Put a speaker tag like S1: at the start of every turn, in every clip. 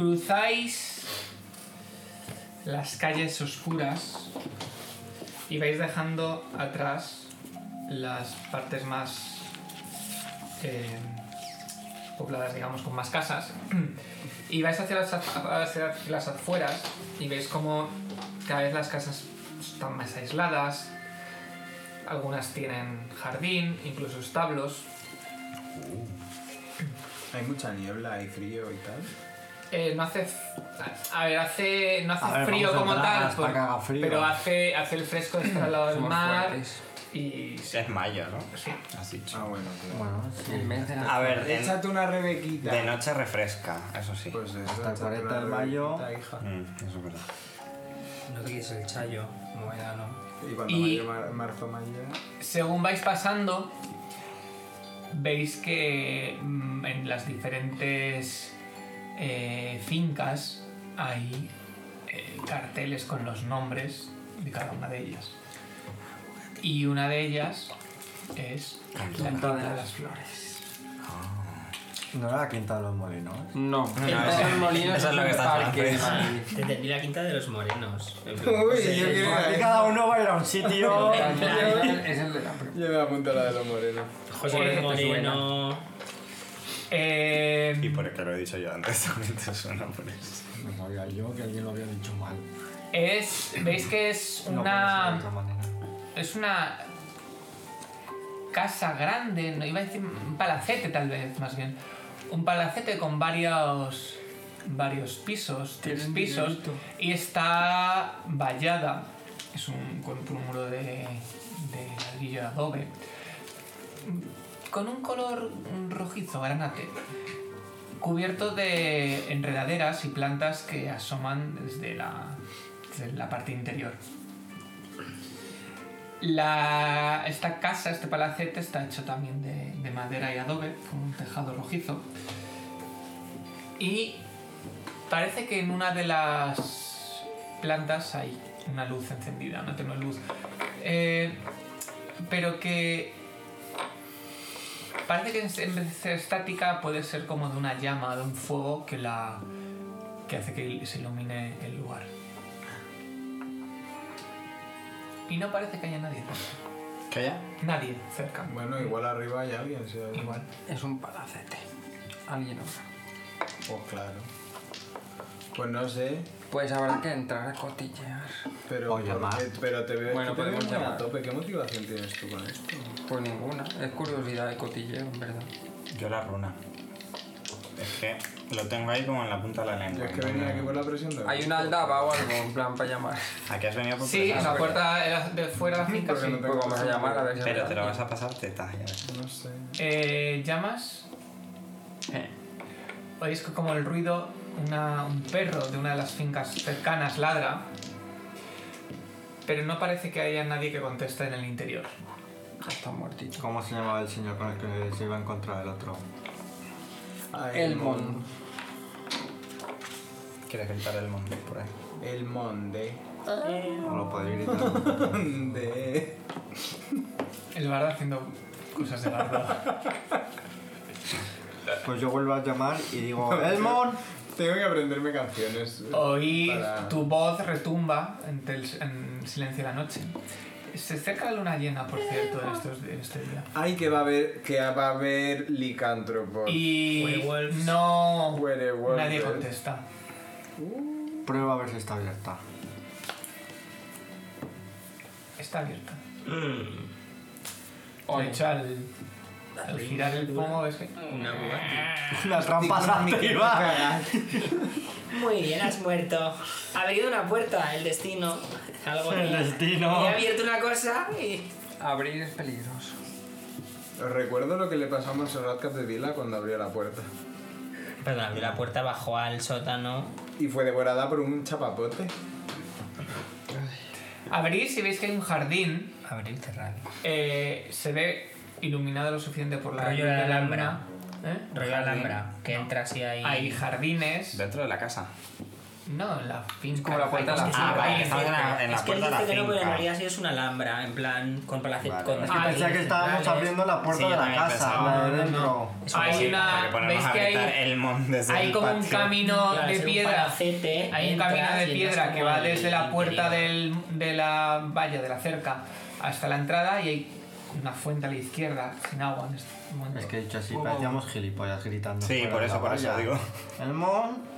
S1: cruzáis las calles oscuras y vais dejando atrás las partes más eh, pobladas, digamos, con más casas. Y vais hacia las, af- hacia las afueras y veis como cada vez las casas están más aisladas. Algunas tienen jardín, incluso establos.
S2: Hay mucha niebla, hay frío y tal.
S1: Eh, no hace. f- A a ver, hace. No hace
S3: A ver,
S1: frío
S3: vamos a
S1: como
S3: entrar
S1: tal.
S3: hasta que haga frío.
S1: Pero hace, hace el fresco de estar al lado del
S4: Somos
S1: mar.
S4: fuertes.
S1: Y.
S5: Si es mayo, ¿no?
S1: Sí.
S5: Has dicho.
S2: Ah, bueno, claro.
S4: Bueno, el mes de la...
S5: A ver, de,
S2: Échate una rebequita.
S5: de noche refresca, eso sí.
S2: Pues eso,
S3: Hasta el
S2: échate
S3: 40
S2: una
S3: de mayo.
S2: rebequita, hija.
S5: Mm, eso es verdad.
S4: No te quites el chayo, como era, ¿no?
S2: Y cuando
S1: Y-
S2: mayo, mar- marzo, mayo.
S1: Según vais pasando, veis que mm, en las diferentes eh, fincas hay eh, carteles con los nombres de cada una de ellas. Y una de ellas es la
S4: Quinta
S1: Quinta
S4: de
S1: de
S4: las
S1: las Flores.
S3: No era la quinta de los molinos. ¿eh?
S4: No,
S5: ese- eso es lo que está pues. en
S6: Desde la quinta de los morenos.
S2: Uy, yo
S3: Aquí
S2: quiero.
S3: cada uno va a ir a un sitio.
S4: Es el de la primera.
S2: Yo me apunto a la de los morenos.
S6: José
S1: Por eso
S6: Luis
S1: te
S6: Moreno.
S1: Eh,
S5: Y por el que lo he dicho yo antes, también te suena por eso.
S3: No sabía yo que alguien lo había dicho mal.
S1: es, veis que es
S3: No
S1: una...
S3: puede ser de otra manera.
S1: Es una casa grande, no iba a decir un palacete tal vez, más bien. Un palacete con varios varios pisos, tres
S4: Tienen
S1: pisos
S4: dinerito.
S1: y está vallada. Es un con un muro de de ladrillo de adobe con un color rojizo granate. Cubierto de enredaderas y plantas que asoman desde la, desde la parte interior. La- esta casa, este palacete, está hecho también de, de madera y adobe, con un tejado rojizo. Y parece que en una de las plantas hay una luz encendida, una tenue luz. Eh, pero que parece que en- en vez de ser estática puede ser como de una llama, de un fuego que la que hace que se ilumine el lugar. Y no parece que haya nadie.
S5: ¿Qué ya?
S1: Nadie cerca.
S2: Bueno, igual arriba hay alguien, sí.
S1: Igual.
S4: Es un palacete. Alguien habrá.
S2: Pues claro. Pues no sé,
S4: Pues habrá que entrar a cotillear.
S2: pero.
S3: O llamar.
S2: porque- Pero te veo.
S4: Bueno,
S2: te veo
S4: podemos
S2: muy a
S4: llamar.
S2: tope. ¿Qué motivación tienes tú con esto?
S4: Pues ninguna. Es curiosidad de cotilleo, en verdad.
S5: Yo la runa. Es que lo tengo ahí como en la punta de la
S2: Yo
S5: lengua.
S2: es que venía aquí por la presión de.
S4: Hay una aldaba o algo, en plan, para llamar.
S5: Aquí has venido por
S1: Sí, en
S5: presar,
S1: la puerta de la- de fuera de la finca.
S2: Porque
S1: sí.
S2: no
S4: Pues vamos a llamar a ver si
S5: Pero
S4: habrá
S5: te lo vas
S4: alguien.
S5: a pasar teta, ya ves.
S2: No sé.
S1: Eh, llamas.
S4: Eh,
S1: Oís que como el ruido, una- un perro de una de las fincas cercanas ladra. Pero no parece que haya nadie que conteste en el interior.
S4: Está muertito.
S3: ¿Cómo se llamaba el señor con el que se iba a encontrar el otro?
S2: Ay,
S4: Elmon.
S5: ¿Quieres gritar el mundo por ahí?
S2: El monde.
S3: No lo podéis gritar.
S2: Monde.
S1: El bardo haciendo cosas de bardo.
S3: Pues yo vuelvo a llamar y digo, ¡Elmon!
S2: Tengo que aprenderme canciones.
S3: Oh.
S1: Oí
S2: Para-
S1: tu voz retumba entre el s- en silencio de la noche. Se acerca la luna llena, por cierto, en, estos, en este día.
S2: Ay, que va a haber. Que va a haber licántropos.
S1: Y
S6: Werewolves.
S1: no...
S2: Werewolves.
S1: Nadie contesta.
S3: Prueba a ver si está abierta.
S1: Está abierta.
S4: Ole.
S1: De hecho, al, al girar el pomo ves que...
S6: Una Bugatti.
S3: La trampa activa.
S6: Muy bien, has muerto. Ha abierto una puerta, el destino. Algo
S3: El
S6: tenía.
S3: destino.
S6: He abierto una cosa y.
S4: Abrir es peligroso.
S2: Os recuerdo lo que le pasó a Montserrat Capdevila cuando abrió la puerta.
S6: Perdón, abrió la puerta, bajó al sótano.
S2: Y fue devorada por un chapapote.
S1: Abrís y veis que hay un jardín.
S6: Abrir, cerrar.
S1: eh, se ve iluminado lo suficiente por la
S6: Rollo
S1: luz
S6: la
S1: de la
S6: Alhambra.
S1: luna. ¿Eh?
S6: Rollo Alhambra, que entras y ahí.
S1: Hay jardines.
S5: Dentro de la casa.
S1: No, en la finca.
S7: como la puerta de la-
S1: Es que
S5: Ah,
S1: sí,
S5: vale,
S1: ahí
S5: estamos en la, en la
S4: es que él
S5: puerta de
S4: dice
S5: la
S4: que no, pero en realidad
S5: finca.
S4: sí es una alhambra, en plan, con palacio.
S3: Vale.
S4: con
S3: Es
S1: Ah,
S3: que pensaba que estábamos
S1: vale.
S3: abriendo la puerta
S5: Sí, yo
S3: de la
S5: también
S3: casa,
S5: pensaba.
S3: la de
S1: No, no,
S3: dentro.
S1: no.
S4: Es como
S1: Hay
S5: Sí, porque
S1: una.
S5: ponemos
S1: ¿Veis
S5: a
S1: que
S5: gritar
S1: hay,
S5: el mon desde
S1: hay
S5: el
S1: como un
S5: patio.
S1: camino
S4: Claro,
S1: de
S4: es un
S1: piedra?
S4: palacete,
S1: Hay un
S4: entras
S1: camino de
S4: y
S1: piedra
S4: entras
S1: que
S4: como
S1: va
S4: al
S1: desde la puerta
S4: interior.
S1: del, de la valla, de la cerca, hasta la entrada y hay una fuente a la izquierda, sin agua en este momento.
S3: Es que dicho así,
S7: Wow.
S3: parecíamos gilipollas gritando.
S5: Sí,
S3: fuera
S5: por
S3: de la
S5: eso, por eso
S3: valla.
S5: digo.
S3: Elmon,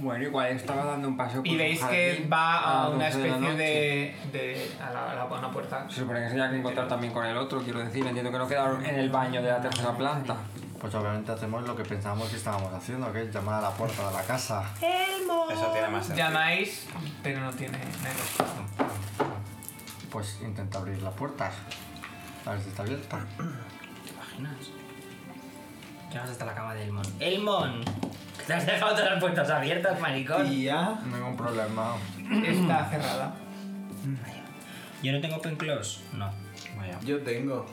S7: Bueno, igual estaba dando Pues, un paseo por
S1: Y
S7: su
S1: veis que
S7: jardín
S1: va a
S7: las
S1: una
S7: 12 la
S1: especie
S7: noche.
S1: de. de a, la, a la- a una puerta.
S7: Se supone que se tenía que encontrar también con el otro, quiero decir. Entiendo que no quedaron en el baño de la tercera planta.
S3: pues obviamente hacemos lo que pensábamos que estábamos haciendo, que es llamar a la puerta de la casa.
S5: Eso tiene más sentido.
S1: Llamáis, pero no tiene. no hay respuesta.
S3: Pues intenta abrir la puerta. A ver si está abierta.
S4: ¿Te imaginas? Llegas hasta la cama de Elmon. ¡Elmon! que Te has dejado todas las puertas abiertas, maricón.
S2: Tía.
S3: Ningún problema.
S1: Está cerrada.
S4: Yo no tengo penclos. No.
S5: Vaya.
S2: Yo tengo.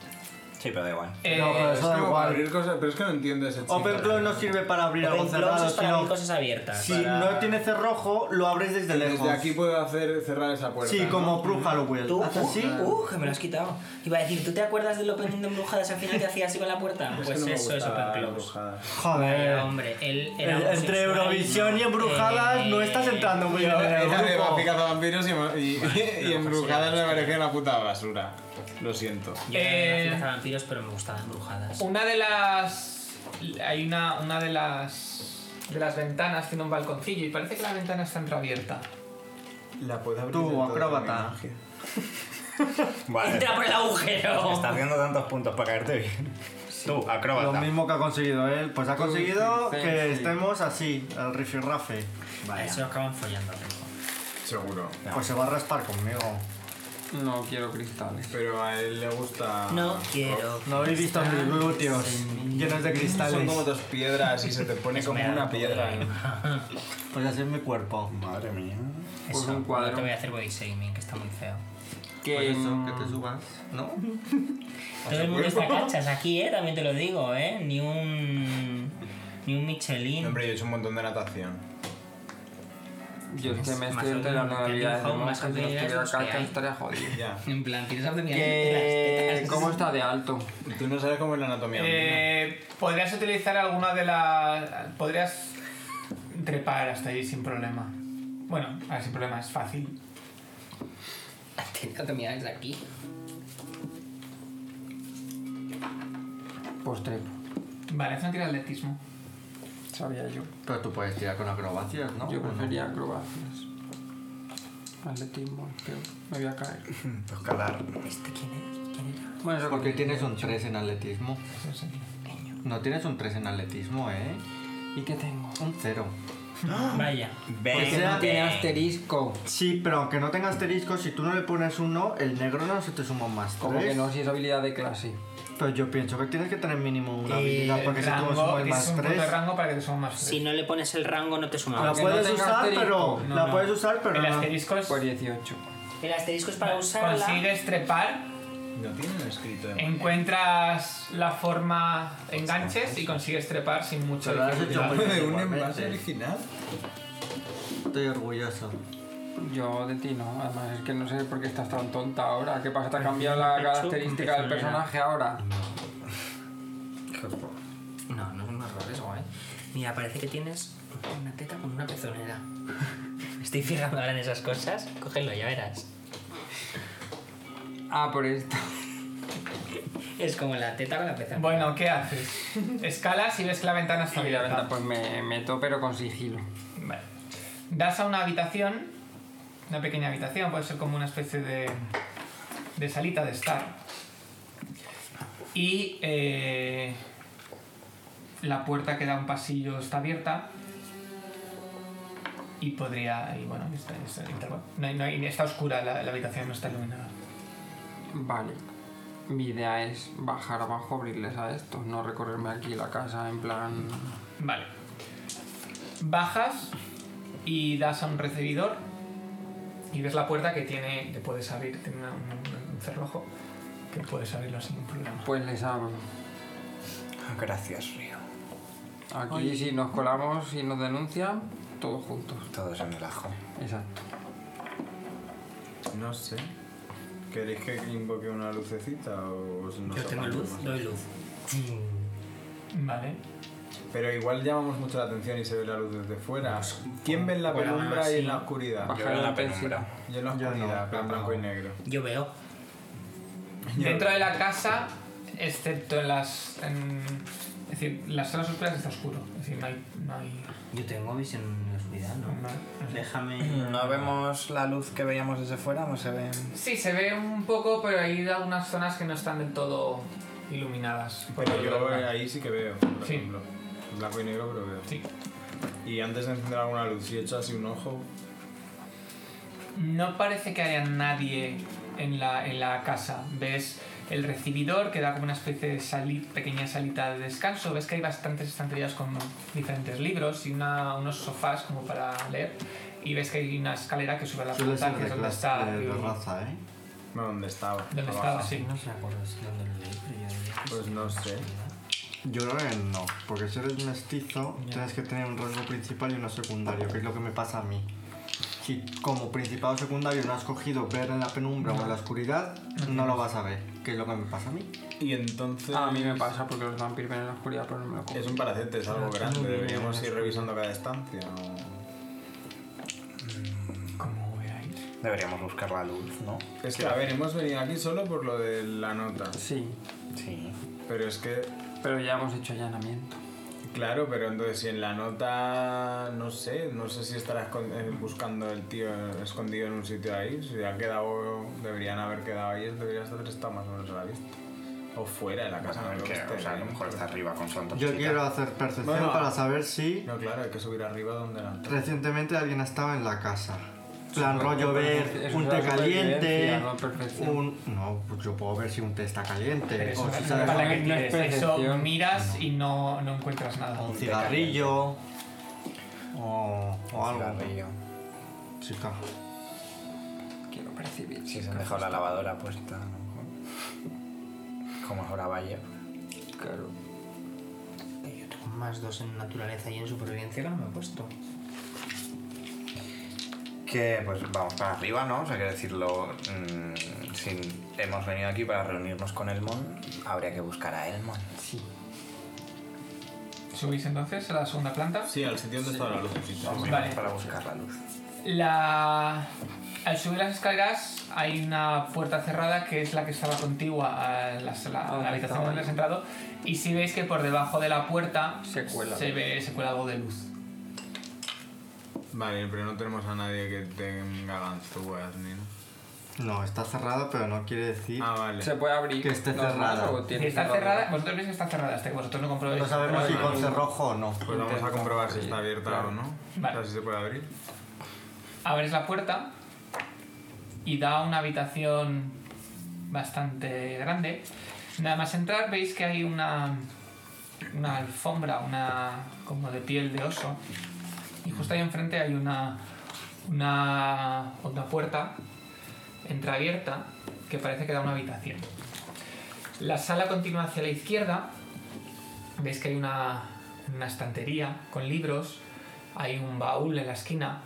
S5: Sí, pero da igual.
S1: Eh,
S3: No, pero
S2: Es
S3: eso da
S2: como para abrir
S3: igual.
S2: cosas, pero es que no entiendo ese chico.
S3: Open Close no sirve para abrir algo
S4: Penclos
S3: cerrado,
S4: es para abrir
S3: sino...
S4: cosas abiertas.
S3: Si
S4: para-
S3: no tiene cerrojo, lo abres desde lejos.
S2: Desde aquí puedo hacer cerrar esa puerta.
S3: Sí,
S2: ¿no?
S3: como Bruja Halloween.
S4: ¿Tú?
S3: Haz así.
S4: Uh, uh, que me lo has quitado. Iba a decir, ¿tú te acuerdas del opening de embrujadas al final que hacía así con la puerta?
S2: Es que
S4: Pues
S2: no me
S4: eso es
S2: gusta
S4: Open
S2: la
S4: Close.
S2: brujada.
S4: Era
S3: Joder.
S4: hombre, él
S3: Eh,
S4: era
S3: Entre
S4: homosexual.
S3: Eurovisión y embrujadas
S4: Eh,
S3: no estás entrando muy bien
S2: Yo
S3: en el
S2: era de
S3: grupo.
S2: Buffy vampiros y, y, y embrujadas me parecía una puta basura. Lo siento.
S4: Yo era
S1: Eh,
S4: de vampiros, pero me gustaban embrujadas.
S1: Una de las. Hay una, una de las. De las ventanas tiene un balconcillo y parece que la ventana está entreabierta.
S2: La puedo abrir.
S3: Tú,
S2: del todo con mi
S3: acróbata.
S2: magia.
S5: Vale.
S4: ¡Entra por el agujero!
S5: Estás haciendo tantos puntos para caerte bien. Tú,
S3: Lo
S5: acróbata.
S3: mismo que ha conseguido él, pues ha conseguido
S7: sí,
S3: que
S7: sí.
S3: estemos así, el rifirrafe.
S4: Vale, se lo acaban follando.
S2: Seguro.
S3: Pues se va a raspar conmigo.
S7: No quiero cristales.
S2: Pero a él le gusta.
S4: No quiero.
S3: Ah. No habéis visto mis glúteos llenos de
S2: Son como
S3: cristales.
S2: dos piedras y se te pone
S4: Eso
S2: como
S4: me da
S2: una
S4: un poco
S2: piedra.
S4: de-
S3: Pues así es mi cuerpo.
S5: Madre mía.
S7: Pues
S4: Eso,
S7: un cuadro.
S4: No te voy a hacer body shaming, que está muy feo. Pues
S7: Que mm,
S2: Em,
S3: subas, ¿no?
S4: Todo el mundo está cachas aquí, eh, también te lo digo, eh. Ni un. Ni un Michelin.
S2: Hombre, yo he hecho un montón de natación.
S7: Yo es que me
S4: Más
S7: estoy enterando de la vida
S4: habilidades
S7: de
S4: que
S7: monjas. Si no
S4: habilidades
S7: estuviera
S4: los que
S7: caca
S4: hay.
S7: estaría jodido.
S2: Ya.
S4: En plan, tienes abdominales de las
S7: Que...
S4: tetas.
S7: ¿Cómo está de alto?
S2: Tú no sabes cómo es la anatomía.
S1: Eh, podrías utilizar alguna de las. Podrías trepar hasta allí sin problema. Bueno, a ver, sin problema, es fácil.
S4: Tengo abdominales aquí.
S7: Pues trepo.
S1: Vale, haz una tira de atletismo.
S7: Sabía yo.
S3: Pero tú puedes tirar con acrobacias, ¿no?
S7: Yo prefería acrobacias. Atletismo, creo. Me voy a caer.
S5: Escalar.
S4: ¿Este quién es? ¿Quién era?
S7: Bueno, eso
S3: Porque tienes un 3 en atletismo.
S1: Eso es el-
S3: No tienes un 3 en atletismo, ¿eh?
S7: ¿Y qué tengo?
S3: Un 0.
S4: Ah. Vaya.
S5: Pues
S7: Porque
S5: Ven.
S7: no tiene
S5: este.
S7: asterisco.
S3: Sí, pero aunque no tenga asterisco, si tú no le pones uno, el negro no se te suma más 3.
S7: Como que no, si es habilidad de clase.
S3: Pero yo pienso que tienes que tener mínimo una
S1: el
S3: habilidad, porque si tú me
S1: Eh, rango,
S3: sumas
S1: tienes
S3: más
S1: un punto de
S3: 3...
S1: rango para que te sumen más 3.
S4: Si no le pones el rango, no te
S3: La
S4: sumamos.
S7: Aunque no
S3: puedes
S7: tenga
S3: usar,
S7: asterisco.
S3: pero...
S1: No,
S3: La
S1: no.
S3: puedes usar, pero
S1: El
S3: no...
S1: asterisco es.
S7: Pues 18.
S4: El asterisco este es para usarla.
S1: Consigues trepar,
S2: No tienen escrito en.
S1: encuentras la forma, enganches y consigues trepar sin mucho
S3: Pues, Pero lo has hecho muy
S1: dificultad.
S3: bien.
S2: de un
S3: Igualmente.
S2: envase original.
S3: Estoy orgulloso.
S7: Yo de ti no, además es que no sé por qué estás tan tonta ahora. ¿Qué pasa? ¿Te ha cambiado la
S4: Pecho,
S7: característica del
S4: pezonera.
S7: personaje ahora?
S4: No, no es un error eso, eh. Mira, parece que tienes una teta con una pezonera. Me Estoy fijando ahora en esas cosas. Cógelo, ya verás.
S7: Ah, por esto.
S4: Es como la teta con la pezonera.
S1: Bueno, ¿qué haces? Escalas y ves que la ventana está
S7: Y la verdad,
S1: abierta.
S7: pues me meto, pero con sigilo.
S1: Vale. Das a una habitación, una pequeña habitación, puede ser como una especie de, de salita de estar. Y eh, la puerta que da a un pasillo está abierta. Y podría. Y bueno, está, está- está- no hay- no hay- está oscura la, la habitación, no está iluminada.
S7: Vale. Mi idea es bajar abajo, abrirles a estos, no recorrerme aquí la casa en plan.
S1: Vale. Bajas y das a un recibidor y ves la puerta que tiene, que puedes abrir, tiene una- un, un cerrojo que puedes abrirlo sin ningún problema.
S7: Pues les abro.
S5: Ah, Gracias, Río.
S7: Aquí si nos colamos y nos denuncian, todos juntos.
S5: Todos en el ajo.
S7: Exacto.
S2: No sé. ¿Queréis que invoque una lucecita o os- nos
S4: Yo tengo
S2: apañamos?
S4: luz, doy luz.
S1: Vale.
S2: Pero igual llamamos mucho la atención y se ve la luz desde fuera. ¿Quién ve en la
S4: Fuera,
S2: penumbra y
S4: sí.
S2: en la oscuridad?
S7: Baja
S5: Yo veo
S7: la
S5: la penumbra.
S2: Yo en la oscuridad, pero en blanco y negro.
S4: Yo veo.
S1: Dentro de la casa, excepto en las. en- es decir, las salas oscuras está oscuro. Es decir, no hay. No hay
S4: Yo tengo visión en la oscuridad,
S1: no,
S4: ¿no?
S1: no sé.
S4: Déjame.
S5: ¿No vemos la luz que veíamos desde fuera? ¿No se ve?
S1: Sí, se ve un poco, pero hay algunas zonas que no están del todo iluminadas. por
S2: Pero
S1: la
S2: yo eh,
S1: luna.
S2: ahí sí que veo, por
S1: Sí.
S2: ejemplo. Blanco y negro, pero veo.
S1: Sí.
S2: Y antes de encender alguna luz, si echo así un ojo,
S1: No parece que haya nadie en la, en la casa. Ves el recibidor que da como una especie de sali- pequeña salita de descanso. Ves que hay bastantes estanterías con diferentes libros y una- unos sofás como para leer. Y ves que hay una escalera que sube a la
S3: Suele
S1: planta,
S3: ser
S1: que es
S3: de
S1: donde
S3: clase
S1: está.
S3: de
S1: el-
S3: la raza, ¿eh?
S2: no, donde estaba.
S1: donde
S2: abajo.
S1: estaba, sí.
S4: No se me acuerdo si dónde lo leí, pero yo diría que
S2: Pues
S4: sí,
S2: no
S4: en la
S2: sé.
S4: oscuridad.
S3: Yo creo que no, porque si eres mestizo tienes que tener un rango principal y uno secundario, que es lo que me pasa a mí. Si como principal o secundario no has cogido ver en la penumbra o en la oscuridad, no lo vas a ver, que es lo que me pasa a mí.
S2: Y entonces.
S7: A mí me pasa porque los vampiros ven en la oscuridad, pero no me lo como.
S2: Es un palacete, es algo grande.
S4: bien,
S2: Deberíamos
S4: bien.
S2: ir revisando cada estancia. ¿no?
S1: Como veáis.
S5: Deberíamos buscar la luz, ¿no?
S2: Es que, a ver, hemos venido aquí solo por lo de la nota.
S7: Sí,
S5: Sí.
S2: Pero es que.
S7: pero ya hemos hecho allanamiento.
S2: Claro, pero entonces si en la nota. No sé, no sé si estará escon- eh, buscando el tío escondido en un sitio ahí. Si ha quedado. Deberían haber quedado ahí, debería estar estar más o menos a la vista. O fuera de la casa,
S5: Bueno,
S2: no creo
S5: que,
S2: que esté ¿eh?
S5: o sea, a lo
S2: dentro.
S5: mejor está arriba con su
S3: Yo
S5: antorchita.
S3: quiero hacer percepción
S2: Bueno.
S3: para saber si
S2: No, claro, hay que subir arriba donde la nota.
S3: recientemente alguien ha estado en la casa. Plan rollo
S7: supervivencia,
S3: ver
S7: es
S3: un
S7: una
S3: té caliente,
S7: supervivencia, no perfección.
S3: un... No, pues yo puedo ver si un té está caliente,
S1: Eso,
S3: o si
S1: no
S3: sabes
S1: para
S7: no
S1: que
S7: es
S1: tires. Eso
S7: percepción.
S1: miras y no, no encuentras nada.
S3: un cigarrillo o, o algo.
S5: Cigarrillo.
S3: Chica.
S7: Quiero percibir.
S5: Si se han dejado la lavadora puesta, a lo mejor. Como ahora vaya.
S7: Claro.
S4: Que Yo tengo más dos en naturaleza y en supervivencia que no me he puesto.
S5: Que pues vamos para arriba, ¿no? O sea, quiero decirlo. mm, si hemos venido aquí para reunirnos con Elmon, habría que buscar a Elmon.
S7: Sí.
S1: ¿Subís entonces a la segunda planta?
S2: Sí, al sitio donde estaba la lucecita.
S5: Vamos
S1: Vale.
S5: para buscar la luz.
S1: La... Al subir las escaleras hay una puerta cerrada que es la que estaba contigua a la, sala- a la
S7: Ah,
S1: habitación
S7: estaba
S1: donde
S7: ahí.
S1: has entrado. Y si veis que por debajo de la puerta
S7: Se cuela.
S1: se ve se cuela algo de luz.
S2: Vale, pero no tenemos a nadie que tenga ganzúas ni nada.
S3: No, está cerrado, pero no quiere decir.
S2: Ah, vale.
S7: Se puede abrir.
S3: Que esté
S7: normal
S3: cerrada.
S7: o tiene
S1: Si está
S7: cerradura.
S1: cerrada, vosotros veis que está cerrada, este, vosotros no comprobáis.
S3: No sabemos si
S1: Pero
S3: con
S1: bueno,
S3: cerrojo o no.
S2: Pues vamos a comprobar si está abierta
S7: Claro.
S2: o no.
S1: Vale.
S2: O sea, si se puede abrir.
S1: Abres la puerta y da a una habitación bastante grande. Nada más entrar veis que hay una, una alfombra, una como de piel de oso. Y justo ahí enfrente hay una, una, una puerta entreabierta que parece que da a una habitación. La sala continúa hacia la izquierda. Veis que hay una, una estantería con libros. Hay un baúl en la esquina.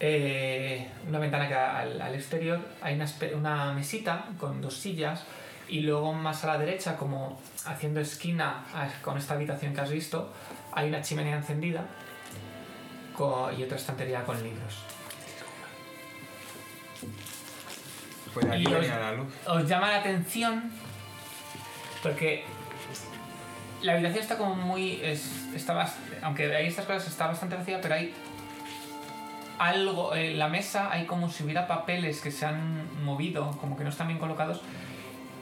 S1: eh, una ventana que da al, al exterior. Hay una, espe- una mesita con dos sillas. Y luego más a la derecha, como haciendo esquina a- con esta habitación que has visto, hay una chimenea encendida co- y otra estantería con libros.
S2: Pues aquí
S1: Y los-
S2: venía la luz.
S1: os llama la atención porque la habitación está como muy es- está bas- aunque hay estas cosas está bastante vacía pero hay algo en la mesa hay como si hubiera papeles que se han movido como que no están bien colocados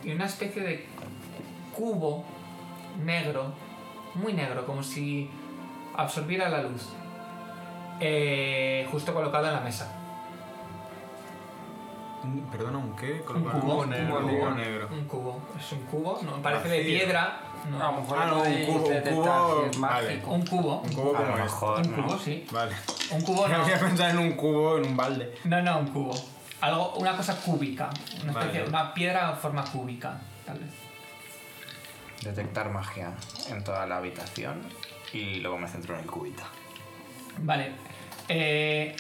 S1: y una especie de cubo negro muy negro como si absorbiera la luz eh, justo colocado en la mesa
S2: Un- Perdona, ¿un qué?
S1: un
S2: Colocar-
S1: cubo,
S2: Un cubo negro.
S1: Un cubo, es un cubo, no, parece de
S2: Vacío.
S1: piedra. no.
S7: A lo mejor
S2: Ah, no,
S7: lo
S2: un
S7: podéis
S2: cubo- un
S7: detectar
S2: cubo-
S7: si es
S2: vale.
S7: mágico.
S1: Un cubo,
S2: Un cubo
S5: A
S2: como
S5: lo
S2: este.
S5: mejor.
S1: un
S5: Ah, ¿no?
S1: cubo, sí.
S2: Vale.
S1: Un cubo
S2: Me
S1: no.
S2: había pensado en un cubo, en un balde.
S1: No, no, un cubo. Algo, una cosa cúbica. Una,
S2: Vale.
S1: especie- una piedra en forma cúbica, tal vez.
S5: Detectar magia en toda la habitación y luego me centro en el cubito.
S1: Vale. Eh,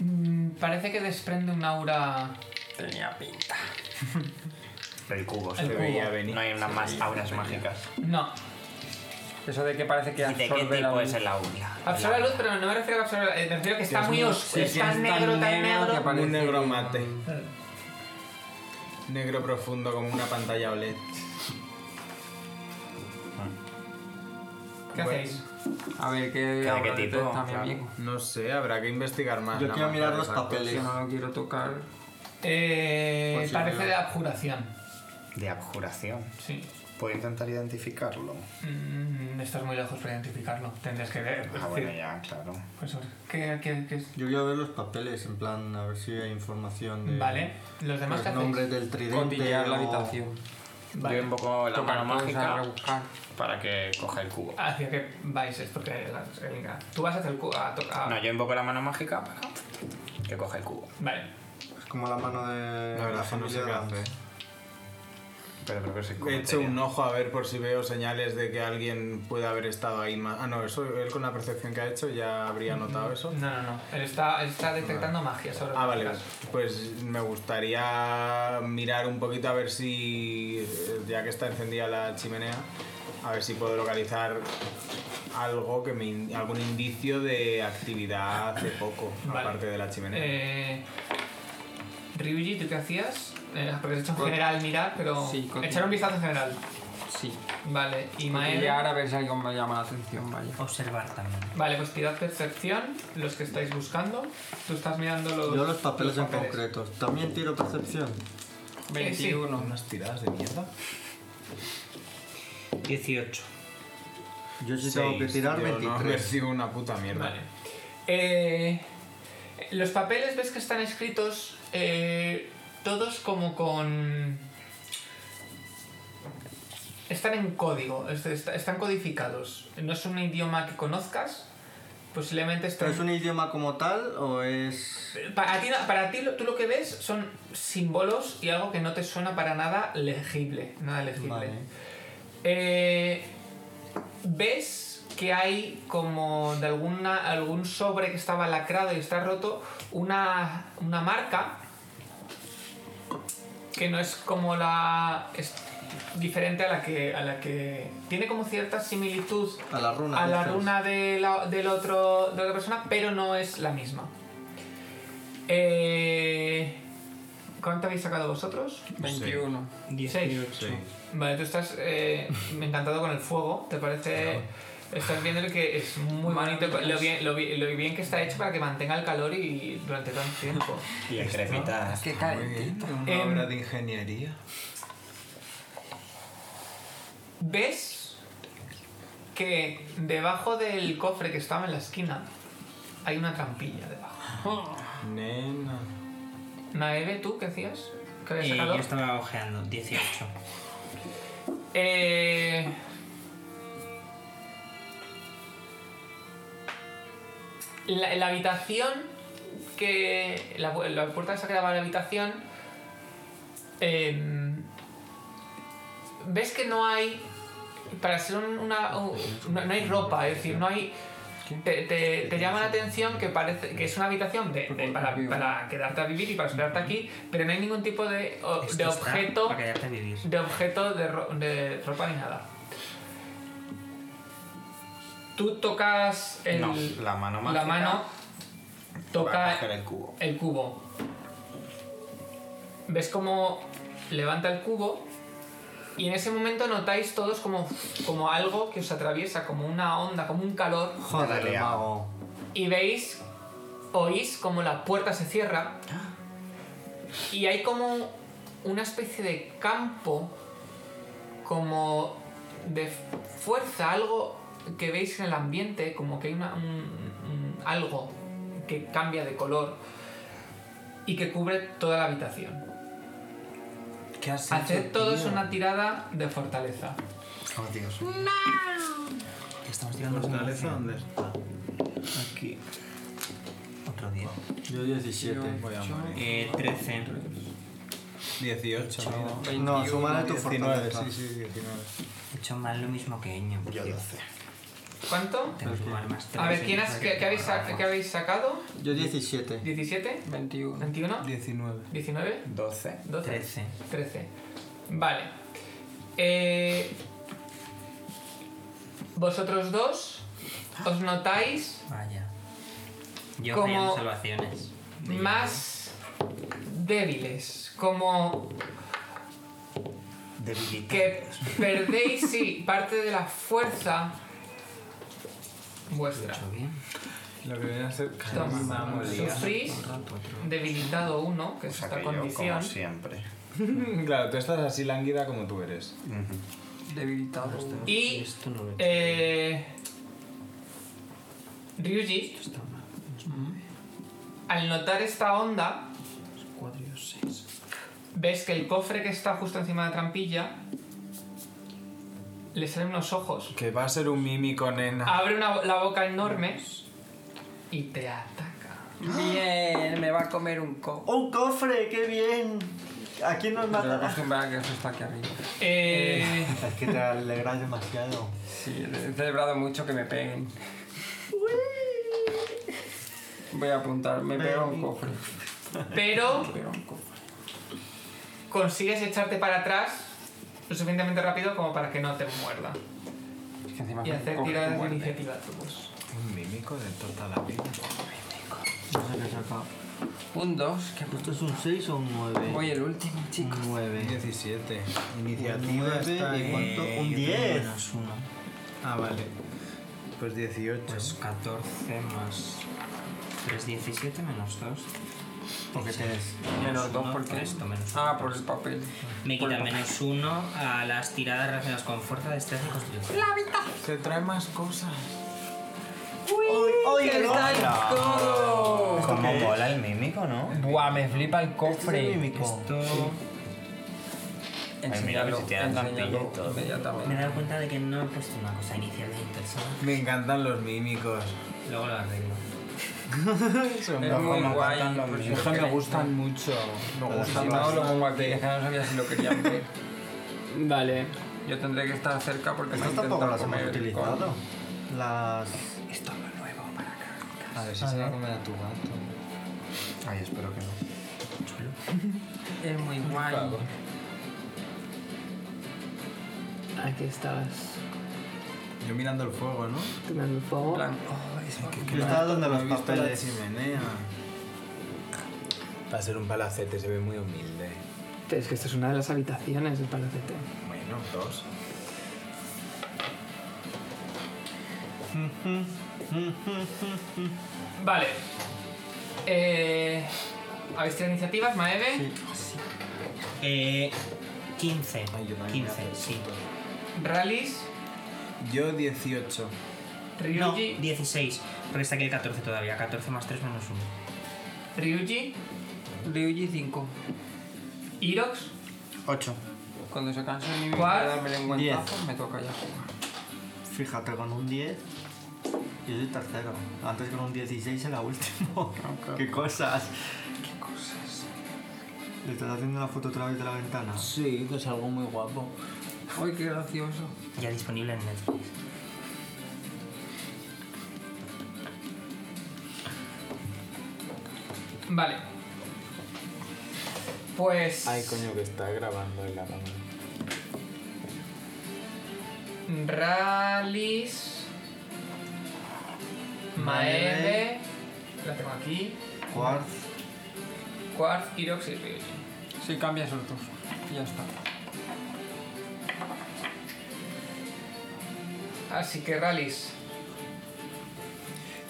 S1: mm, parece que desprende un aura.
S7: Tenía pinta.
S5: El cubo,
S1: El
S5: se
S1: cubo.
S5: veía venir. No hay unas más auras mágicas.
S1: No.
S7: Eso de que parece que
S5: ¿Y de qué
S7: absorbe la
S5: tipo
S7: luz.
S5: es el aura?
S1: Absorbe la luz, pero no me refiero a absorber. la- eh, Me refiero a que está
S2: Dios
S1: muy
S2: mío,
S1: oscuro.
S2: sí, sí,
S1: está
S2: es
S1: negro, tan negro.
S7: que parece
S2: Un negro
S7: que-
S2: mate. Negro profundo como una pantalla E OLED.
S1: ¿Qué
S2: Pues,
S1: hacéis?
S7: A ver qué.
S5: ¿De qué
S7: ahora
S5: tipo?
S7: detecta mi
S5: Claro.
S7: amigo.
S2: No sé, habrá que investigar más.
S3: Yo
S2: la
S3: quiero
S2: marca
S3: mirar
S2: de
S3: los
S2: esas
S3: papeles.
S7: Yo no lo quiero tocar.
S1: Eh,
S3: Pues sí,
S1: parece
S3: pero-
S1: de abjuración.
S5: De abjuración.
S1: Sí.
S5: ¿Puedo intentar identificarlo?
S1: Mm, estás muy lejos para identificarlo. Tendrías que ver.
S5: Ah, bueno, ya, claro.
S1: Pues, ¿qué, qué, qué es?
S3: Yo quiero ver los papeles, en plan, a ver si hay información de
S1: Vale. ¿Los demás qué hacéis?
S3: Mm. los nombres del tridente.
S7: Cotillear la
S3: o-
S7: habitación.
S5: Yo
S1: Vale.
S5: invoco la mano
S7: Tocar cosas,
S5: mágica
S7: rebuscar.
S5: para que coja el cubo.
S1: ¿Hacia qué vais? Es porque... Venga. Tú vas a hacer... cu- A to- a-
S5: No, yo invoco la mano mágica para que coja el cubo.
S1: Vale.
S3: Es como la mano de
S2: La verdad es que no sé
S3: familia
S2: qué
S3: Adams.
S2: hace.
S5: Pero creo que se
S2: He hecho un
S5: cometería.
S2: ojo a ver por si veo señales de que alguien puede haber estado ahí más. Ah, no, eso él con la percepción que ha hecho ya habría notado eso.
S1: No, no, no. Él está, él está detectando magia sobre
S2: Ah, vale,
S1: mágicas.
S2: pues me gustaría mirar un poquito a ver si, eh, ya que está encendida la chimenea, a ver si puedo localizar algo que me in- algún indicio de actividad hace poco,
S1: Vale.
S2: aparte de la chimenea.
S1: Eh, Ryuji, ¿tú qué hacías? Eh, porque has hecho en general mirar, pero...
S7: Sí, continúa.
S1: Echar un vistazo en general.
S7: Sí.
S1: Vale. Y Mael...
S7: Cotillear a ver si algo me llama la atención, vaya.
S4: Observar también.
S1: Vale, pues tirad percepción, los que estáis buscando. Tú estás mirando los...
S3: Yo los papeles en concreto. También tiro percepción.
S1: Eh, sí.
S7: 21.
S2: Unas tiradas de mierda.
S4: 18.
S3: Yo sí tengo que tirar
S2: Yo No, me
S3: 23.
S2: sido una puta mierda.
S1: Vale. Eh, los papeles ves que están escritos eh, todos como con... Están en código, es- est- están codificados. No es un idioma que conozcas, posiblemente
S3: ¿Pero
S1: están...
S3: es un idioma como tal o es...?
S1: Para ti, no- para ti lo- tú lo que ves son símbolos y algo que no te suena para nada legible. Nada legible.
S3: Vale.
S1: Eh, ves que hay como de alguna, algún sobre que estaba lacrado y está roto una, una marca que no es como la... es diferente a la que... A la que tiene como cierta similitud
S3: A la runa.
S1: a la
S3: dices.
S1: runa de la, del otro, de la otra persona, pero no es la misma. Eh, ¿Cuánto habéis sacado vosotros?
S7: 21.
S1: 16.
S2: Sí.
S1: Vale, tú estás eh, encantado con el fuego, ¿te parece? Estás viendo que es muy bonito, lo bien, lo, bi- lo bien que está hecho para que mantenga el calor y durante tanto tiempo.
S5: Y
S1: Este,
S5: crepitadas.
S7: Qué
S2: Muy bien,
S7: calentito.
S2: una
S1: Em,
S2: obra de ingeniería.
S1: ¿Ves que debajo del cofre que estaba en la esquina hay una trampilla debajo?
S2: Nena.
S1: Naeve, ¿tú qué hacías? ¿Qué habías
S4: Eh, yo
S1: sacado?
S4: estaba ojeando. 18.
S1: Eh... La, la habitación que... La, pu- la puerta esa que daba a la habitación... em, ves que no hay... Para ser un- una... un- no, no hay ropa, es decir, no hay... Te, te- te llama la atención que parece que es una habitación de- de- para, para quedarte a vivir y para esperarte aquí, pero no hay ningún tipo de, o-
S4: Esto
S1: de
S4: está
S1: objeto
S4: Para quedarte a vivir.
S1: de objeto de, ro- de ropa ni nada. Tú tocas el-
S5: No, la mano
S1: la
S5: mágica.
S1: mano,
S5: Va a
S1: toca
S5: coger el cubo.
S1: el cubo. ¿Ves cómo levanta el cubo? Y en ese momento notáis todos como, como algo que os atraviesa, como una onda, como un calor.
S3: Joder,
S5: Dale,
S3: mago.
S1: Y veis, oís como la puerta se cierra. Y hay como una especie de campo, como de fuerza, algo que veis en el ambiente, como que hay una- un- un- algo que cambia de color y que cubre toda la habitación.
S2: ¿Qué has
S1: Haced todos una tirada de fortaleza.
S5: Oh, Dios.
S4: Estamos tirando
S2: ¿Fortaleza dónde está?
S4: Aquí. Otro 10.
S3: Yo 17.
S2: Voy a morir.
S4: Eh, 13.
S2: 18. ¿no?
S3: No, súmale tu
S2: 19,
S3: fortaleza.
S2: sí, sí, 19.
S4: He hecho mal lo mismo que Eño. por
S5: Yo
S4: cierto.
S5: 12.
S1: ¿Cuánto?
S4: Tengo que sumar más tres,
S1: A ver, ¿quién
S4: eh,
S1: has,
S4: para
S1: qué,
S4: que
S1: qué habéis, sa-
S4: no,
S1: qué habéis sacado?
S3: Yo 17.
S1: ¿17?
S7: 21.
S1: ¿21?
S2: 19.
S1: ¿19?
S5: 12.
S1: 12.
S4: Trece.
S1: 13. Vale. Eh, vosotros dos os notáis
S4: Vaya. Yo
S1: Como-
S4: fallando salvaciones. De-
S1: más débiles, como que
S5: Debilitados.
S1: perdéis, sí, parte de la fuerza vuestra.
S4: Mucho bien.
S2: Lo que viene a ser
S1: Toma.
S2: Vamos, liar.
S1: Sufrís debilitado uno, que
S5: O
S1: es
S5: sea
S1: esta
S5: que yo, como
S1: condición.
S5: siempre.
S2: Claro, tú estás así lánguida como tú eres.
S7: Debilitado.
S1: Y
S4: Esto no lo he
S1: eh, Ryuji
S4: hecho, está mal.
S1: Al notar esta onda,
S4: Cuatro y dos, seis.
S1: ves que el cofre que está justo encima de la trampilla le salen unos ojos.
S2: Que va a ser un mímico, nena.
S1: Abre una bo- la boca enorme y te ataca.
S7: Bien, me va a comer un co.
S3: ¡Un cofre! ¡Qué bien! ¿A quién nos
S7: Pero
S3: matará?
S7: acostumbrada a que eso está aquí arriba.
S1: Eh,
S3: Es que te alegras demasiado.
S7: Sí, he celebrado mucho que me peguen. Voy a apuntar, me pega un cofre.
S1: pero
S7: Me pega un cofre.
S1: consigues echarte para atrás lo suficientemente rápido como para que no te muerda.
S7: Es que encima
S1: Y
S7: un
S1: hacer
S7: cofre
S1: tiradas de
S7: muerde.
S1: iniciativa todos.
S2: Un mímico de toda la vida.
S3: No sé qué he sacado.
S7: Un 2, que
S3: ¿Esto es un 6 o un 9?
S7: voy el último, chicos.
S3: 9.
S2: 17.
S3: Un nueve y cuánto? Un 10.
S4: Menos uno.
S2: Ah, vale. Pues 18.
S4: Pues 14 más 3, 17 menos 2.
S3: Porque tienes.
S7: Menos 2 porque.
S4: Esto menos
S7: Ah, por el papel.
S4: Me
S7: Por
S4: quita
S7: el
S4: menos 1 a las tiradas relacionadas con fuerza, destreza y constitución.
S2: Se trae más cosas.
S3: ¡Oye,
S1: Oh.
S5: Como mola el mímico, ¿no?
S8: Buah, me flipa el cofre.
S4: Esto...
S7: papel.
S5: Ay, mira, que si tiene
S7: enséñalo
S5: trampilla y todo.
S4: Me he
S7: inmediatamente.
S4: dado cuenta de que no he puesto una cosa inicial de interesante.
S2: Me encantan los mímicos.
S4: Luego lo arreglo.
S2: Son
S7: Es
S2: como
S7: muy
S2: me
S7: guay,
S2: encantan los
S7: pues
S2: mímicos.
S7: yo creo que-
S2: gustan mucho. Me
S7: Si
S2: gustan
S7: no, lo pongo aquí, es
S2: bastante.
S7: que no sabía si lo querían ver.
S8: Vale.
S7: Yo tendré que estar cerca porque me
S3: Estas tampoco
S7: intentan
S3: las hemos
S7: comer el
S3: utilizado.
S7: cono.
S3: Las.
S4: Esto es lo nuevo para acá.
S2: A ver si se va a comer a tu gato.
S5: Ay, espero que no.
S7: Es muy guay.
S8: Aquí estabas
S2: Yo mirando el fuego, ¿no?
S8: tirando
S7: En
S8: fuego.
S7: plan,
S3: Yo estaba donde los
S2: he visto la
S3: papeles.
S2: chimenea. Va a ser un palacete, se ve muy humilde.
S8: Es que esta es una de las habitaciones del palacete.
S2: Bueno, dos.
S1: Vale. Eh, ¿Habéis tenido iniciativas, Maeve?
S4: Eh, 15.
S2: Ay, yo también me
S4: 15, sí.
S1: Rallies,
S2: Yo 18.
S4: No,
S1: Ryuji,
S4: 16. Porque está aquí el 14 todavía. 14 más 3 menos 1.
S1: Ryuji,
S7: Ryuji 5.
S1: Irox,
S5: 8.
S7: Cuando se canse mi
S1: ¿Cuál?
S7: vida darme el guantazo, me toca ya jugar.
S3: Fíjate, con un 10. Yo soy tercero. Antes con un 16 en la última. ¡Qué cosas!
S7: ¿Qué cosas?
S3: ¿Le estás haciendo la foto otra vez de la ventana?
S8: Sí, que es algo muy guapo.
S7: Uy, qué gracioso.
S4: Ya disponible en Netflix.
S1: vale. Pues
S2: Ay, coño, que está grabando en la cámara.
S1: Rallies, Maeve, la tengo aquí,
S3: Quartz.
S1: Quartz, Irox y Ryuji.
S7: Sí, cambia esos dos. Y ya está.
S1: Así que Rallies,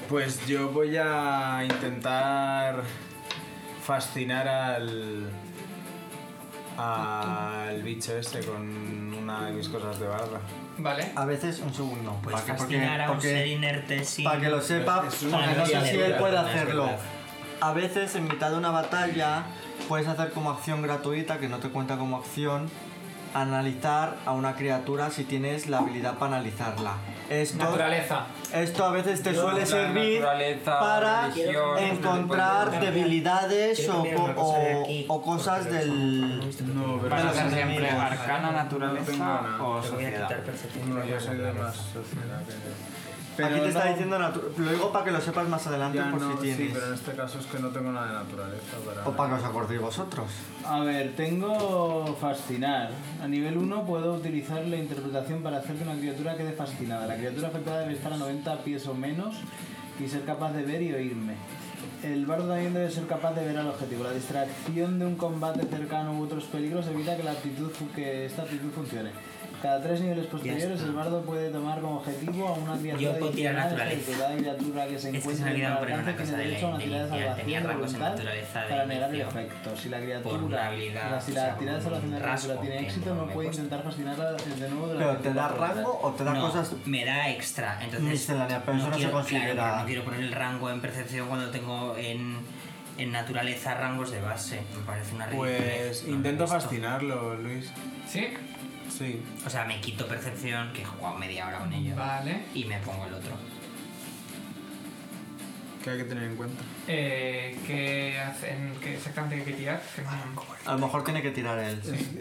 S2: Pues yo voy a intentar fascinar al. al bicho este con una de mis cosas de barba.
S1: vale.
S3: A veces un segundo.
S4: Pues
S3: ¿Para qué?
S4: fascinar a un ser inerte sin...
S3: Para que lo sepa,
S2: Es una
S3: porque no
S4: energía
S3: sé si él
S4: natural,
S3: puede
S2: no es
S3: hacerlo.
S2: verdad.
S3: A veces, en mitad de una batalla, puedes hacer como acción gratuita, que no te cuenta como acción, analizar a una criatura si tienes la habilidad para analizarla. Esto,
S1: Naturaleza.
S3: esto a veces te suele
S7: la
S3: servir
S7: naturaleza,
S3: para
S7: religión,
S3: encontrar
S7: quiero cambiar-
S3: debilidades
S4: quiero
S3: o,
S4: cambiar una
S3: co-
S4: cosa de
S3: o-
S4: aquí,
S3: o cosas del...
S2: No, pero.
S3: de
S1: Para
S3: los
S1: hacer siempre
S3: enemigos.
S1: arca-
S5: ¿Arcana, naturaleza
S2: o
S4: Te voy a quitar perfectamente.
S2: No, yo soy de más sociedad que Pero
S3: Aquí te está
S2: no-
S3: diciendo natu- Lo digo para que lo sepas más adelante
S2: Ya
S3: por
S2: no,
S3: si tienes.
S2: sí, pero en este caso es que no tengo nada de naturaleza para...
S3: O para que os acordéis vosotros.
S9: A ver, tengo fascinar. A nivel 1 puedo utilizar la interpretación para hacer que una criatura quede fascinada. La criatura afectada debe estar a 90 pies o menos y ser capaz de ver y oírme. El bardo también debe ser capaz de ver al objetivo. La distracción de un combate cercano u otros peligros evita que, la actitud, fu- que esta actitud funcione. Cada tres niveles posteriores, el bardo puede tomar como objetivo a una criatura
S4: puedo tirar
S9: adicional,
S4: naturaleza.
S9: dificultad y criatura que se
S4: Es que se
S9: encuentra
S4: me ha
S9: en
S4: olvidado poner una
S9: el alcance
S4: cosa de la
S9: tiene derecho a una tirada de
S4: inicial.
S9: salvación
S4: Tenía
S9: de
S4: rasgos en
S9: voluntad
S4: naturaleza de
S9: para negar el
S4: inicio.
S9: efecto. Si la criatura,
S4: Por una habilidad,
S9: la- si
S4: o
S9: la
S4: sea,
S9: tirada de
S4: un
S9: salvación de la criatura
S4: rasgo
S9: tiene
S4: que
S9: éxito,
S4: no
S9: no
S4: me
S9: puede
S4: cuesta.
S9: intentar fascinarla de nuevo durante
S3: Pero te da
S9: el turno.
S3: rango o te da
S4: no,
S3: cosas.
S4: me da extra. Entonces,
S3: Miscelánea, pero eso no se
S4: quiero,
S3: considera-
S4: claro, pero no quiero poner el rango en percepción cuando tengo en, en naturaleza rangos de base. Me parece una ridiculez.
S2: Pues
S9: Ah,
S4: No lo he
S2: intento
S4: visto.
S2: fascinarlo, Luis.
S1: ¿Sí?
S2: Sí.
S4: O sea, me quito percepción, que he jugado media hora con ello.
S1: Vale.
S4: Y me pongo el otro.
S2: Que hay que tener en cuenta.
S1: Eh, ¿qué, hacen, ¿Qué exactamente hay que tirar? Que no-
S3: A lo mejor tiene que tirar él.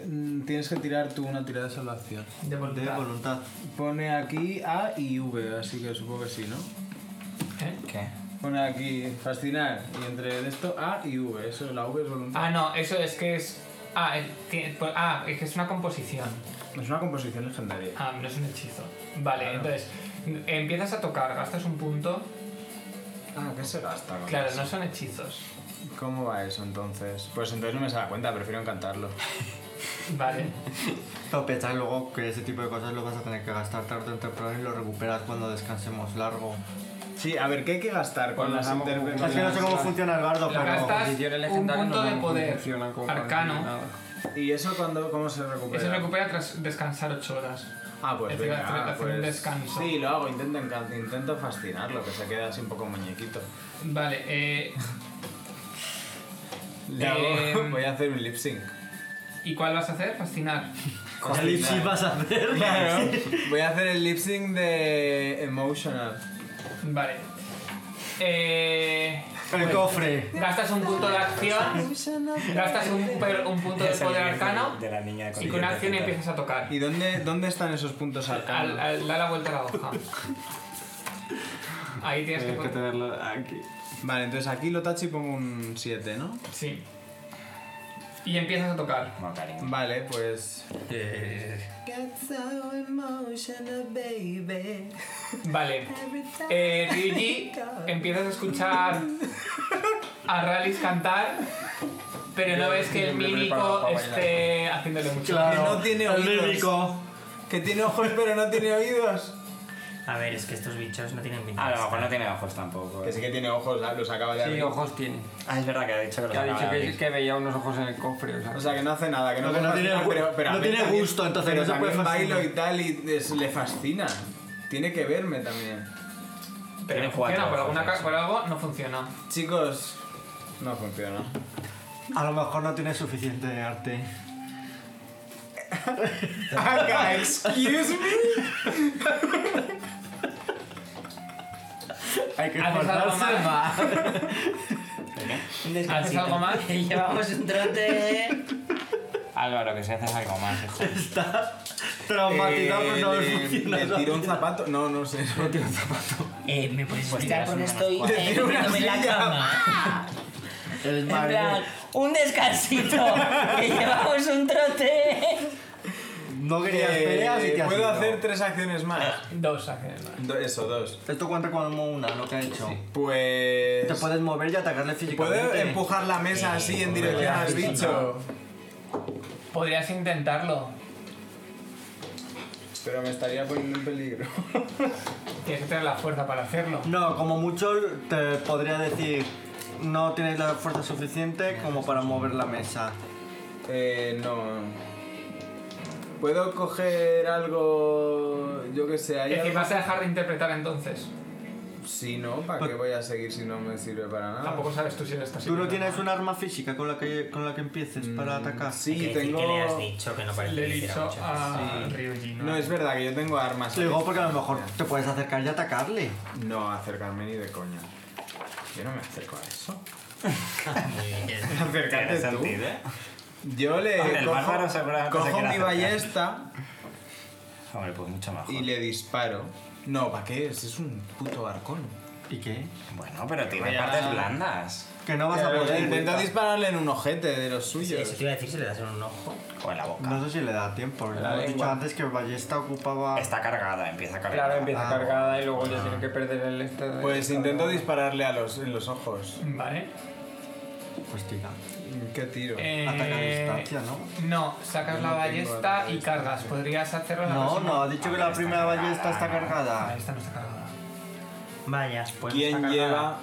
S9: Mm, Tienes que tirar tú una tirada de salvación.
S1: De
S3: De
S1: voluntad.
S3: voluntad.
S9: Pone aquí A y V.
S2: Así que supongo que sí, ¿no?
S1: ¿Eh?
S5: ¿Qué?
S9: Pone aquí fascinar.
S2: Y entre esto A y V, eso, la V es voluntad.
S1: Ah, no, eso es que es. Ah, es que, pues, ah, es que es una composición.
S2: Es una composición legendaria.
S1: Ah, no es un hechizo. Vale, entonces empiezas a tocar, gastas un punto.
S2: Ah, ¿qué se gasta? con
S1: Claro,
S2: eso?
S1: no son hechizos.
S2: ¿Cómo va eso entonces? Pues entonces no me sale la cuenta, prefiero encantarlo.
S1: Vale.
S3: Pero pensar luego que ese tipo de cosas lo vas a tener que gastar tarde o temprano y lo recuperas cuando descansemos largo.
S2: Sí, a ver, ¿qué hay que gastar con
S7: Bueno,
S2: las
S7: vamos,
S3: Es que no sé
S2: intervenciones?
S3: cómo funciona el bardo,
S1: Lo
S3: pero.
S1: gastas
S7: Decisiones
S1: un
S7: legendarias
S1: punto
S7: no-
S1: de
S7: no
S1: poder
S7: funcionan como para
S1: arcano.
S7: nada.
S2: ¿Y eso cuando, cómo se recupera?
S1: Eso se recupera tras descansar 8 horas.
S2: Ah, pues
S1: Es decir,
S2: venga,
S1: hacer- hacer un
S2: pues-
S1: descanso.
S2: Sí, lo hago, intento, encan- intento fascinarlo, que se queda así un poco muñequito.
S1: Vale, eh,
S2: Le
S1: Eh,
S2: hago- voy a hacer un lip sync.
S1: ¿y cuál vas a hacer? Fascinar.
S3: ¿Qué elipsis vas a hacer?
S2: Claro, voy a hacer el lip sync de Emotional.
S1: Vale. Eh,
S3: El cofre.
S1: gastas un punto de acción. Gastas un, per- un punto de poder arcano.
S5: De la niña con
S1: Y con una acción empiezas a tocar.
S2: ¿Y dónde, dónde están esos puntos
S1: Al-
S2: arcanos?
S1: al- da la vuelta a la hoja. Ahí tienes que
S7: Tienes que
S1: poner.
S7: tenerlo aquí.
S2: Vale, entonces aquí lo tacho y pongo un 7, ¿no?
S1: Sí. Y empiezas a tocar.
S5: No, cariño.
S2: Vale, pues...
S1: Vale. Eh, Ryuji, empiezas a escuchar a Rallys cantar, pero no ves que el
S2: me preparo
S1: mímico
S2: para bailar.
S1: esté haciéndole mucho.
S2: Que no tiene
S3: el
S2: oídos.
S3: mímico.
S2: Que tiene ojos pero no tiene oídos.
S4: A ver, es que estos bichos no tienen
S1: Ah,
S4: pinta.
S5: A
S4: de
S5: Ah, lo mejor
S4: estar.
S5: no tiene ojos tampoco. eh.
S2: Que sí que tiene ojos, la- los acaba de
S7: Sí,
S2: abrir.
S7: ojos tiene.
S5: Ah, es verdad que ha dicho que los
S7: Que ha
S5: acaba
S7: dicho
S5: de
S7: que,
S5: abrir.
S7: que veía unos ojos en el cofre. O sea,
S2: O sea, que no hace nada, que no,
S3: Lo que no
S2: puede
S3: tiene
S2: fascinar,
S3: gu-
S2: pero, pero a
S3: no
S2: mí
S3: tiene
S2: también-
S3: gusto, entonces
S2: pero
S3: no se puede
S2: también
S3: fascinar.
S2: bailo y tal y es- le fascina. Tiene que verme también.
S1: Pero no
S5: Tiene cuatro
S1: funciona, por, alguna
S5: ojos,
S1: ca- por algo no funciona.
S2: Chicos, no funciona.
S3: A lo mejor no tienes suficiente arte.
S2: Aga, Ah, excuse me.
S3: Hay que
S1: ¿Haces algo
S3: esforzarse
S1: más?
S3: más.
S1: ¿Haces algo más?
S4: Llevamos un trote.
S5: Álvaro, que si haces algo más, hijo.
S3: Está traumatizado por no haber
S2: Eh, le, le
S3: funcionado.
S2: tiro un zapato. No, no sé.
S4: Eh, ¿Me puedes
S5: Pues
S4: explicar
S5: tiras
S4: por qué
S5: unos
S4: estoy
S5: cuantos.
S4: eh, metiéndome en la
S2: silla.
S4: cama?
S3: El
S4: En
S3: madre.
S4: plan, un descansito. Que llevamos un trote.
S3: No querías
S2: Eh,
S3: peleas y te Ah. has
S2: Puedo
S3: ido.
S2: hacer tres acciones más.
S1: Dos acciones.
S2: Do- Eso, dos.
S3: Esto cuenta como una, lo que ha hecho.
S2: Pues.
S3: Te puedes mover y atacarle físicamente.
S2: Puedo empujar la mesa así en dirección al bicho.
S1: Podrías intentarlo.
S2: Pero me estaría poniendo en peligro.
S1: Tienes que tener la fuerza para hacerlo.
S3: No, como mucho te podría decir, no tienes la fuerza suficiente como para mover la mesa.
S2: Eh, no. ¿Puedo coger algo, yo que sé, hay
S1: Es que
S2: algo?
S1: vas a dejar de interpretar entonces.
S2: Si no, ¿para qué voy a seguir si no me sirve para nada?
S1: Tampoco sabes tú si lo estás
S3: ¿Tú no
S1: intentando.
S3: tienes un arma física con la que, con la que empieces para atacar?
S2: Mm,
S4: Hay que
S2: Sí,
S4: decir que le has
S2: tengo...
S4: dicho que no parece
S1: Le he
S4: que hiciera
S1: dicho
S4: mucho.
S1: a Ryuji, ¿no?
S2: No, es verdad que yo tengo armas.
S3: Lo digo porque a lo mejor te puedes acercar y atacarle.
S2: No, acercarme ni de coña. Yo no me acerco a eso.
S4: Muy bien.
S5: Tiene
S2: Acércate tú.
S5: sentido, ¿eh?
S2: Yo le
S5: Hombre, el bárbaro
S2: cojo,
S5: seguramente se
S2: cojo
S5: quiere
S2: mi
S5: acercar.
S2: ballesta
S5: Hombre, pues mucho mejor.
S2: y le disparo. No, ¿para qué? Si es un puto arcón.
S3: ¿Y qué?
S5: Bueno, pero tiene
S2: Vaya-
S5: partes blandas.
S3: Que no vas a
S2: Pero
S3: poder.
S2: Intenta
S3: nunca.
S2: dispararle en un ojete de los
S4: Sí,
S2: suyos.
S4: eso te iba a decir si le das en un ojo.
S5: O en la boca.
S3: No sé si le da tiempo. porque
S2: La
S3: Hemos dicho
S2: lengua.
S3: antes que Ballesta ocupaba.
S5: Está cargada, empieza a cargar.
S10: Claro, empieza
S3: Ah,
S10: cargada y luego ya tiene que perder el este. de-
S2: Pues intento dispararle a los, en los ojos.
S1: Vale.
S3: Pues tira.
S2: ¿Qué tiro?
S1: Eh,
S3: Ataca a distancia, ¿no?
S1: No, sacas
S2: Yo
S1: la
S2: no tengo ataque
S1: ballesta
S2: a
S1: y
S2: distancia.
S1: cargas. Podrías hacerlo en la
S3: No,
S1: próxima.
S3: no, ha dicho que la
S5: está
S3: primera
S5: cargada,
S3: ballesta está
S5: no.
S1: Ah,
S3: cargada.
S1: esta no está cargada.
S4: Vaya, pues.
S2: ¿Quién
S4: está
S2: lleva
S4: cargada.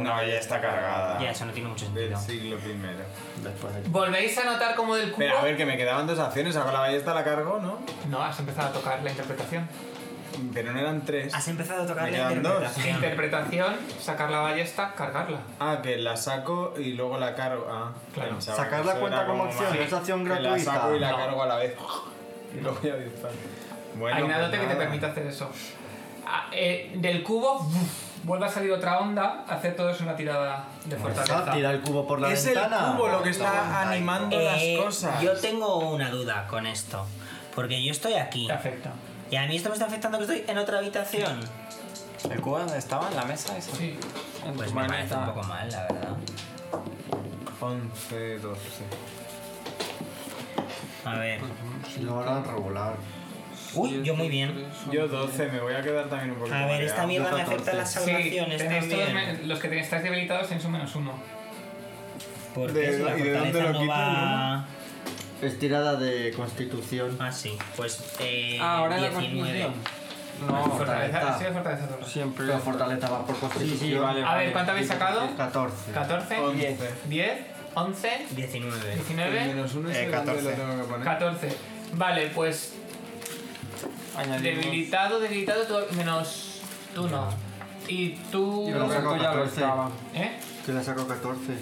S2: una ballesta cargada?
S4: Ya, eso no tiene mucho
S2: Del
S4: sentido.
S2: siglo primero.
S3: Después de
S1: ¿Volvéis a notar como del cubo?
S2: Pero a ver, que me quedaban dos acciones. Hago la ballesta, la cargo, ¿no?
S1: No, has empezado a tocar la interpretación.
S2: Pero no eran tres.
S4: Has empezado a tocar
S2: Me
S4: la
S2: quedan dos.
S4: interpretación.
S1: Interpretación, sacar la ballesta, cargarla.
S2: Ah, que la saco y luego la cargo. Ah,
S1: Claro.
S2: pensaba
S3: Sacar
S2: que
S3: la
S2: eso
S3: cuenta
S2: era
S3: como acción,
S2: más-
S3: es acción
S2: que
S3: gratuita.
S2: La saco y la
S1: No.
S2: cargo a la vez. Y luego ya disparo. Bueno,
S1: Hay una
S2: pues
S1: dote que te
S2: nada.
S1: permite hacer eso. Ah, eh, del cubo ¡buf! vuelve a salir otra onda, hacer todos una tirada de fortaleza.
S3: Tira el cubo por la
S2: Es el
S3: ventana.
S2: cubo lo que está animando las
S4: Eh,
S2: cosas.
S4: Yo tengo una duda con esto. Porque yo estoy aquí.
S1: Te afecta.
S4: Y a mí esto me está afectando que estoy en otra habitación.
S5: ¿El cubo donde estaba? ¿En la mesa? esa?
S1: Sí.
S10: en
S4: Pues
S10: tu
S4: me parece
S10: manita.
S4: un poco mal, la verdad.
S2: 11, 12.
S4: A ver.
S3: Lo van a regular.
S4: Uy, yo muy bien.
S2: Yo 12, me voy a quedar también un poquito.
S4: A ver, esta
S2: mareado.
S4: mierda me afecta a las
S1: Sí,
S4: salvaciones
S1: tenéis todos
S4: también.
S1: men- los que tenéis- estáis debilitados tenéis un menos uno.
S4: Porque
S2: ¿De-
S4: si la
S2: y de dónde
S4: fortaleza
S2: lo
S4: no
S2: quito,
S4: va.
S3: Es tirada de constitución.
S4: Ah, sí. Pues eh,
S10: Ah, ahora la
S4: 19.
S10: constitución.
S1: Fortaleza,
S4: Oh,
S3: fortaleza.
S1: sí, fortaleza solo.
S10: Siempre.
S3: Pero fortaleza va por constitución.
S10: Sí, sí, vale,
S1: A ver,
S10: vale.
S1: ¿cuánto habéis sacado?
S3: 14.
S1: 14,
S2: 11.
S1: 10, 11,
S4: 19.
S1: 19,
S2: Menos 1 es
S5: Eh,
S2: el grande,
S5: 14.
S2: lo tengo que poner.
S1: 14. Vale, pues
S10: Añadimos.
S1: debilitado, debilitado, tú- menos tú no. Y tú...
S10: Y Roberto ya lo
S3: 14.
S10: estaba.
S1: ¿Eh?
S3: Que le saco 14.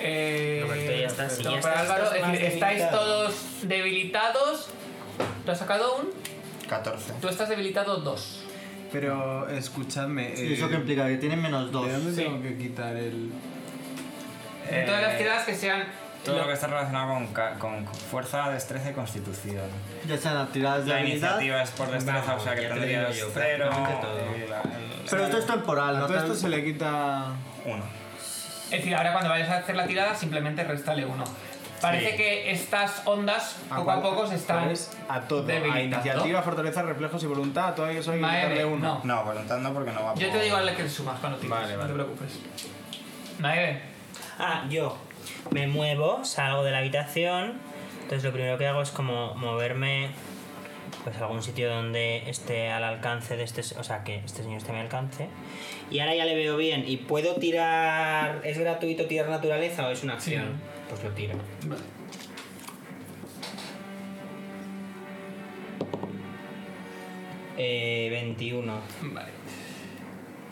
S1: Eh,
S4: Roberto, ya está, sí, ya
S1: para
S4: estás-
S1: Álvaro,
S4: estás
S1: es
S4: más
S1: decir, estáis
S4: debilitado.
S1: todos debilitados. ¿Tú has sacado un?
S5: 14.
S1: Tú estás debilitado dos.
S2: Pero escuchadme.
S3: ¿Y eso
S2: eh,
S3: qué implica? Que tienen menos 2.
S2: ¿De dónde
S1: Sí.
S2: tengo que quitar el.?
S1: En todas
S4: Eh,
S1: las tiradas que sean.
S5: Todo lo que está relacionado con, ca- con fuerza, destreza y constitución.
S3: Ya sean las tiradas de
S5: La
S3: habilidad.
S5: iniciativa es por destreza,
S4: Vamos,
S5: o sea que
S4: ya te
S5: tendrías
S4: digo yo,
S5: cero.
S4: prácticamente todo.
S5: y la- el-
S3: Pero esto es temporal,
S2: A
S3: ¿no?
S2: todo esto
S3: Te-
S2: se le quita.
S5: Uno.
S1: Es decir, ahora cuando vayas a hacer la tirada, simplemente restale uno. Parece
S5: Sí.
S1: que estas ondas poco a,
S2: cuál?
S1: poco se están.
S2: ¿Sabes? A todo. A
S1: debilitando.
S2: iniciativa, fortaleza, reflejos y voluntad. a Todavía eso hay que
S1: Maeve,
S2: quitarle uno.
S1: no.
S5: No, voluntad no porque no va
S1: Yo
S5: por-
S1: te digo a la que sumas cuando tires,
S2: Vale, vale.
S1: no te preocupes. Maeve,
S4: Ah, yo me muevo, salgo de la habitación. Entonces lo primero que hago es como moverme pues a algún sitio donde esté al alcance de este, se- o sea, que este señor esté a mi alcance. Y ahora ya le veo bien y puedo tirar, ¿es gratuito tirar naturaleza o es una acción? Pues lo tiro. Eh, 21.
S1: Vale.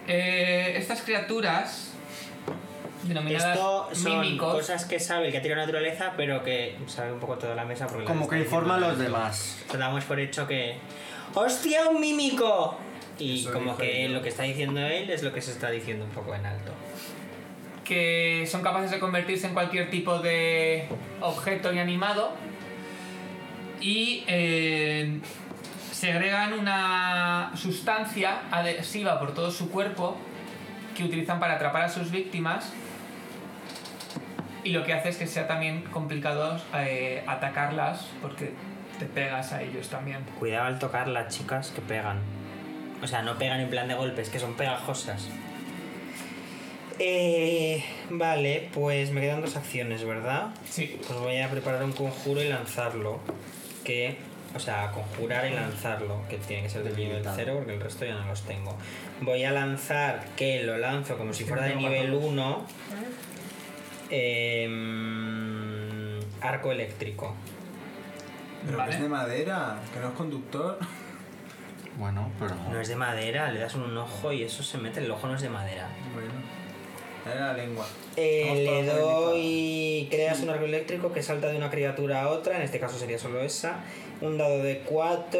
S1: Eh, estas criaturas denominadas
S4: Esto son
S1: mímicos.
S4: cosas que sabe el que ha tirado naturaleza, pero que sabe un poco toda la mesa porque la
S3: Como
S4: está
S3: que informa a
S4: diciendo
S3: los demás.
S4: Te damos por hecho que. ¡Hostia, un mímico! Y
S2: Eso
S4: como
S2: dijo
S4: que
S2: él.
S4: lo que está diciendo él es lo que se está diciendo un poco en alto.
S1: que son capaces de convertirse en cualquier tipo de objeto inanimado y eh, segregan una sustancia adhesiva por todo su cuerpo que utilizan para atrapar a sus víctimas y lo que hace es que sea también complicado eh, atacarlas porque te pegas a ellos también.
S4: Cuidado al tocar las chicas que pegan. O sea, no pegan en plan de golpes, que son pegajosas. Eh, vale, pues me quedan dos acciones, ¿verdad?
S1: Sí,
S4: Pues voy a preparar un conjuro y lanzarlo. Que. O sea, conjurar y lanzarlo. Que tiene que ser del nivel 0 porque el resto ya no los tengo. Voy a lanzar que lo lanzo como si fuera de nivel 1. em, arco eléctrico.
S2: Pero
S1: Vale.
S2: que es de madera, que no es conductor.
S3: Bueno, pero.
S4: No es de madera, le das un ojo y eso se mete. El ojo no es de madera.
S2: Bueno. Era la lengua.
S4: Eh, le doy. Creas un arco eléctrico que salta de una criatura a otra, en este caso sería solo esa. Un dado de 4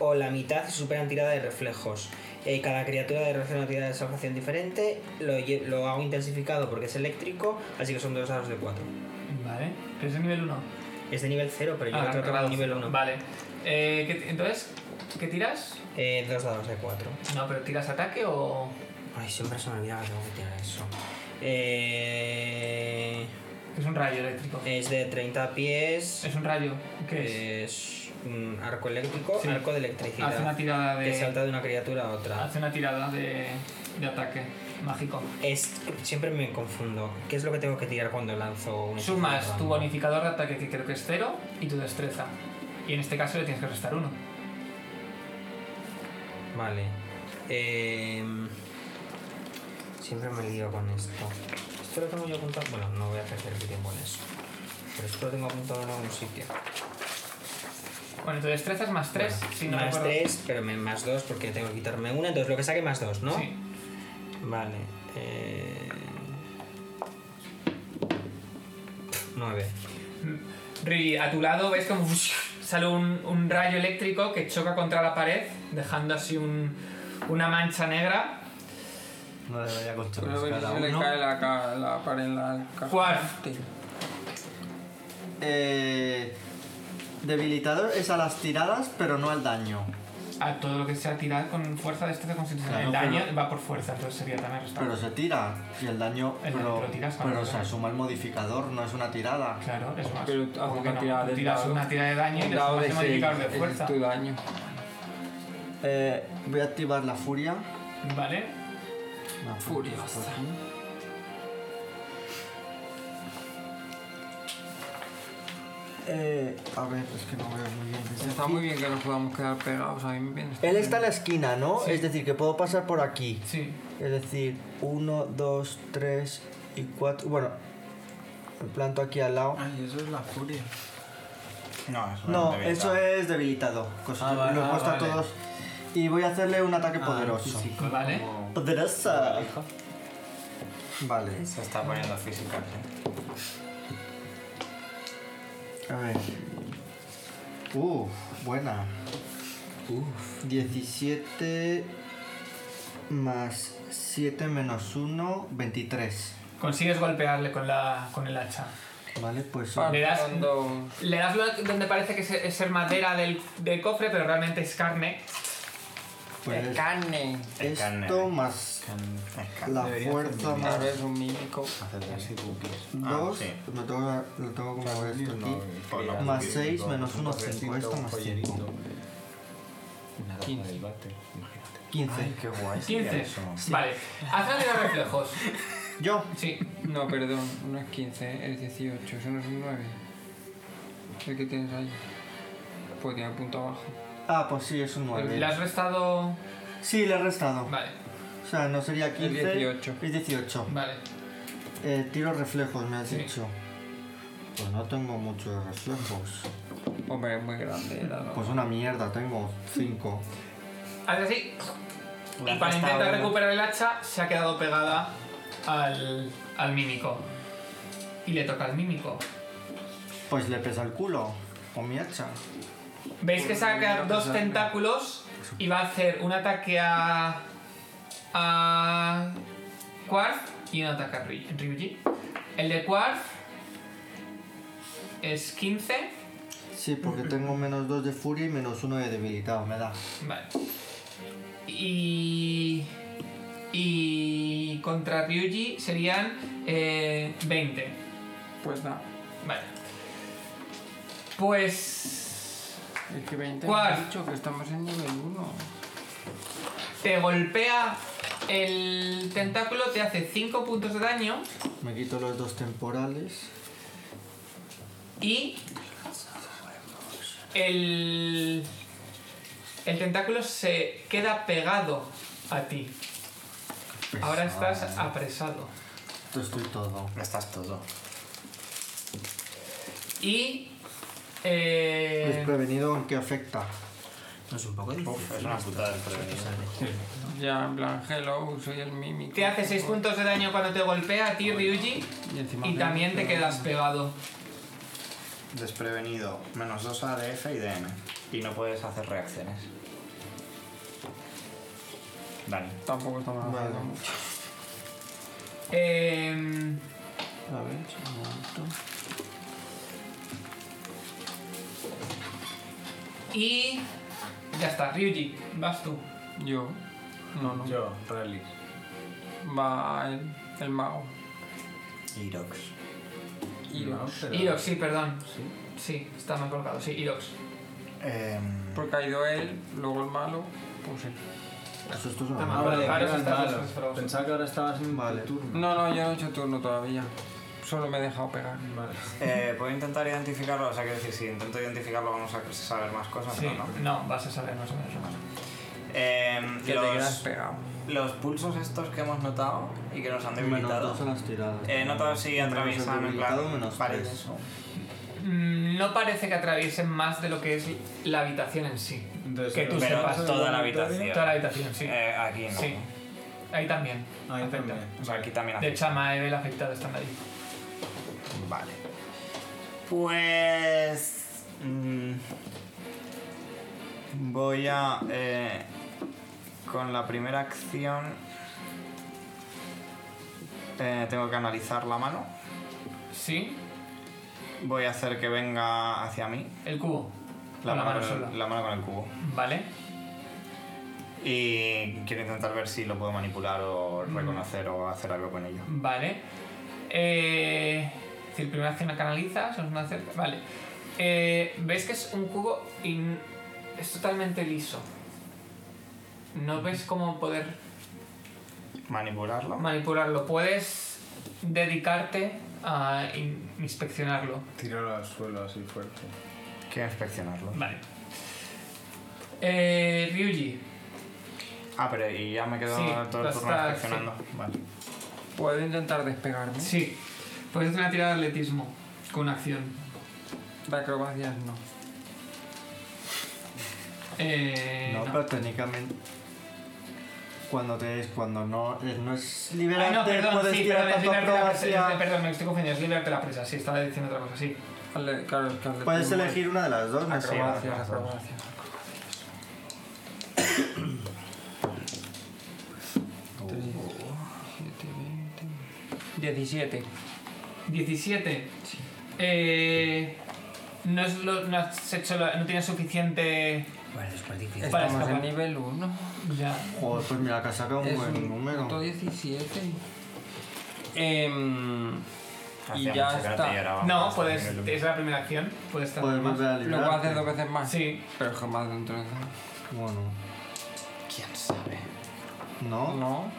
S4: o la mitad si superan tirada de reflejos. Eh, cada criatura debe hacer una tirada de salvación diferente. Lo, lle- lo hago intensificado porque es eléctrico, así que son dos dados de 4.
S1: vale. Pero es de nivel 1.
S4: Es de nivel 0, pero yo
S1: Ah,
S4: lo he tratado
S1: grado
S4: de nivel
S1: cero.
S4: 1.
S1: Vale. Eh, ¿qué- entonces, ¿Qué tiras?
S4: Eh, dos dados de cuatro.
S1: No, pero ¿tiras ataque o...?
S4: Ay, siempre se me olvida que tengo que tirar eso. Eh...
S1: Es un rayo eléctrico.
S4: Es de 30 pies.
S1: ¿Es un rayo?
S4: ¿Qué es? un arco eléctrico,
S1: Sí.
S4: arco de electricidad.
S1: Haz una tirada de-
S4: Que salta de una criatura a otra.
S1: Hace una tirada de, de ataque mágico.
S4: Es... Siempre me confundo. ¿Qué es lo que tengo que tirar cuando lanzo un hechizo de
S1: Sumas
S4: rango?
S1: tu bonificador de ataque, que creo que es cero, y tu destreza. Y en este caso le tienes que restar uno.
S4: Vale. Em, siempre me lío con esto. Esto lo tengo yo apuntado. Bueno, no voy a perder mi tiempo en eso. Pero esto lo tengo apuntado en algún sitio.
S1: Bueno, tu destreza es más tres, si no
S4: más
S1: recuerdo.
S4: 3, pero me- más 2 porque tengo que quitarme una. Entonces lo que saque más 2, ¿no?
S1: Sí.
S4: Vale. Eh... 9.
S1: Riri, a tu lado ves como sale un, un rayo eléctrico que choca contra la pared, dejando así un- una mancha negra.
S3: No debería costar
S7: Pero
S3: más
S7: a ver
S3: Pues cada
S7: si le
S3: uno.
S7: cae la, ca- la pared en la caja.
S1: Cuarf.
S3: Eh, debilitador es a las tiradas, pero no al daño.
S1: A todo lo que sea tirar con fuerza, destreza, constitución.
S3: Claro,
S1: el daño
S3: pero-
S1: va por fuerza, entonces sería también restar.
S3: Pero se tira. Y el daño.
S1: El daño
S3: pero
S1: lo tiras con
S3: pero
S1: la
S3: se
S1: tirada.
S3: suma el modificador, no es una tirada.
S1: Claro, es más.
S7: Pero hace
S1: ¿Cómo
S7: una
S1: que no?
S7: tirada de
S1: tiras
S7: dado.
S1: una tirada de daño y le
S7: Dado
S1: sumas
S7: de
S1: el modificador de
S7: seis,
S1: fuerza.
S7: Es tu daño.
S3: Eh, voy a activar la furia.
S1: Vale.
S3: La furia.
S7: Furiosa.
S3: Eh, a ver, es que no veo muy bien. desde
S7: Está
S3: aquí.
S7: muy bien que nos podamos quedar pegados. A mí me viene.
S3: Él está en la esquina, ¿no?
S1: Sí.
S3: Es decir, que puedo pasar por aquí.
S1: Sí.
S3: Es decir, 1, 2, 3 y 4. Bueno, me planto aquí al lado.
S2: Ay, eso es la furia.
S5: No, eso
S3: No,
S5: debilitado.
S3: eso es debilitado. Cosa-
S2: Ah, vale,
S3: lo he
S2: ah,
S3: puesto
S2: vale.
S3: a todos. Y voy a hacerle un ataque
S2: Ah,
S3: poderoso.
S2: físico,
S1: Pues Vale.
S2: como-
S3: Poderosa. Vale.
S5: Se está poniendo física, ¿eh?
S3: A ver. Uf, buena. Uf. 17 más 7 menos 1, 23.
S1: Consigues golpearle con, la, con el hacha.
S3: Vale, pues son-
S1: Le das,
S7: Cuando-
S1: le das lo- donde parece que es, es ser madera del, del cofre, pero realmente es carne.
S3: pues
S7: El carne.
S5: El carne.
S3: esto más la fuerza
S7: A
S3: más
S7: ver, es un mímico.
S2: Hacerle así cookies.
S3: 2.
S5: ah, sí.
S3: Lo tengo, lo tengo como esto aquí. Más
S2: Más
S3: 6
S5: pues,
S3: menos 1, 5. Esto más 5.
S2: Una taza de bate, imagínate.
S3: 15.
S5: Qué guay.
S1: 15. Vale. Haz una tirada de reflejos.
S3: Yo.
S1: Sí.
S7: No, perdón, no es 15, es 18, eso no es un 9. El que tienes ahí. Pues tiene punto abajo.
S3: Ah, pues sí, es un 9.
S1: ¿Le has restado...?
S3: Sí, le he restado.
S1: Vale.
S3: O sea, no sería 15.
S7: Es 18.
S3: Es 18.
S1: Vale.
S3: Eh, tiro reflejos, me has
S1: Sí.
S3: dicho. Pues no tengo muchos reflejos.
S7: Hombre, es muy grande el dado.
S3: Pues una mierda, tengo 5.
S1: Haces así.
S4: Le
S1: Y
S4: has
S1: para
S4: restado
S1: intentar
S4: uno.
S1: recuperar el hacha, se ha quedado pegada al, al mímico. Y le toca al mímico.
S3: Pues le pesa el culo. Con mi hacha.
S1: Veis que saca dos tentáculos y va a hacer un ataque a. a. Quarth y un ataque a Ryu- Ryuji. El de Quarth es 15.
S3: Sí, porque tengo menos 2 de furia y menos 1 de debilitado, me da.
S1: Vale. Y. Y. contra Ryuji serían eh, 20.
S7: Pues da.
S1: Vale. Pues.
S7: Es que 20
S1: ¿Cuál?
S7: me has dicho que estamos en nivel 1.
S1: te golpea el tentáculo, te hace 5 puntos de daño.
S3: Me quito los dos temporales.
S1: Y el, el tentáculo se queda pegado a ti. Ahora estás apresado.
S3: Esto estoy todo.
S5: Estás todo.
S1: Y... eh,
S3: Es prevenido aunque afecta.
S4: No es un poco difícil.
S5: Uf, es una putada el prevenido.
S7: Ya, en plan, hello, soy el mímico.
S1: te hace 6 puntos de daño cuando te golpea a ti, Ryuji.
S7: Y encima
S1: Y
S7: me-
S1: también te quedas pegado.
S5: Desprevenido. Menos 2 a DF y DM. Y no puedes hacer reacciones. Dani.
S7: Tampoco estamos
S3: Vale.
S7: haciendo mucho.
S1: Em,
S3: A ver, un momento.
S1: y... Ya está, Ryuji, vas tú.
S7: Yo. No, no.
S2: Yo, Relic.
S7: Va el, el mago.
S5: Irox.
S7: Irox.
S1: Irox, sí, perdón. Sí. está mal colocado, sí, Irox.
S5: Em,
S7: Porque ha ido él, luego el malo, pues él.
S3: Eso es
S1: Está mal colocado, eso está mal colocado.
S9: Pensaba que ahora estabas en
S3: Vale.
S9: turno.
S7: No, no, yo no he hecho turno todavía. Solo me he dejado pegar.
S9: Vale.
S5: Eh, ¿Puedo intentar identificarlo? O sea, quiero decir, si intento identificarlo vamos a saber más cosas,
S1: Sí,
S5: pero no.
S1: no, vas a saber más o menos.
S5: Eh,
S7: Que te quedas
S5: los,
S7: pegado.
S5: los pulsos estos que hemos notado y que nos han
S3: Menos
S5: debilitado.
S3: dos en las tiradas.
S1: Eh,
S5: He notado si
S3: Menos
S5: atraviesan en
S3: debilitado,
S5: plan
S3: menos
S5: paredes.
S3: tres.
S1: Mm, No parece que atraviesen más de lo que es la habitación en sí.
S2: Entonces,
S1: Que tú
S5: Pero
S1: sepas.
S5: toda la habitación.
S1: Toda la habitación, sí.
S5: Eh, aquí no.
S1: Sí. Ahí también.
S2: Ahí
S1: afecta.
S2: también.
S5: O sea, aquí también
S1: De
S5: hace.
S1: hecho, a Maebel afectado están ahí.
S5: Vale. Pues. mm, voy a. eh, con la primera acción. eh, tengo que analizar la mano.
S1: Sí,
S5: Voy a hacer que venga hacia mí.
S1: el cubo. Con la
S5: mano,
S1: mano sola.
S5: la mano con el cubo.
S1: Vale.
S5: Y quiero intentar ver si lo puedo manipular o
S1: Mm.
S5: reconocer o hacer algo con ello.
S1: Vale. Eh, es decir, primero hace una canaliza, son una cerca. Vale. Eh, ¿Ves que es un cubo y n- es totalmente liso? No ves cómo poder
S5: ¿Manipularlo?
S1: manipularlo. Puedes dedicarte a in- inspeccionarlo.
S2: Tíralo al suelo así fuerte.
S5: Quiero inspeccionarlo.
S1: Vale. Eh, Ryuji,
S5: Ah, pero y ya me quedo
S1: Sí,
S5: todo
S1: lo
S5: el turno
S1: está-
S5: inspeccionando. Vale.
S7: Puedo intentar despegarme.
S1: sí. Puedes hacer una tirada de atletismo con una acción.
S7: De acrobacias no.
S1: Eh,
S3: No,
S1: no.
S3: pero técnicamente. Cuando te es, cuando no es, no es
S1: Ah,
S3: liberarte,
S1: no, perdón,
S3: puedes
S1: sí,
S3: tirar
S1: perdón, es
S3: tanto
S1: liberarte la presa,
S3: acrobacia.
S1: es- perdón, me estoy confundiendo, es liberarte la presa, sí, estaba diciendo otra cosa, sí.
S7: Ale- claro, es que atletismo
S3: Puedes
S7: es
S3: elegir una de las dos,
S7: Ah,
S3: no sé.
S7: Acrobacias, acrobacias. Acrobacias. 17.
S1: 17. Eh, no, es lo- no has hecho la- no tienes suficiente...
S4: Bueno, es muy difícil.
S1: Para
S7: Estamos en
S1: escapar.
S7: nivel 1.
S1: Ya.
S3: Joder, pues mira, que ha sacado un
S7: Es
S3: buen número.
S7: punto 17. Em, y
S5: Hacía
S7: ya
S5: mucho que no te
S7: está.
S5: lloraba.
S1: No,
S5: Hasta
S1: puedes...
S5: nivel uno.
S1: Es la primera acción, puedes estar
S3: Puedes
S1: más.
S3: volver a
S7: Lo puedo hacer dos
S3: liberarte.
S7: veces más.
S1: Sí.
S7: Pero jamás dentro de
S3: Bueno,
S5: ¿Quién sabe?
S3: no.
S7: No.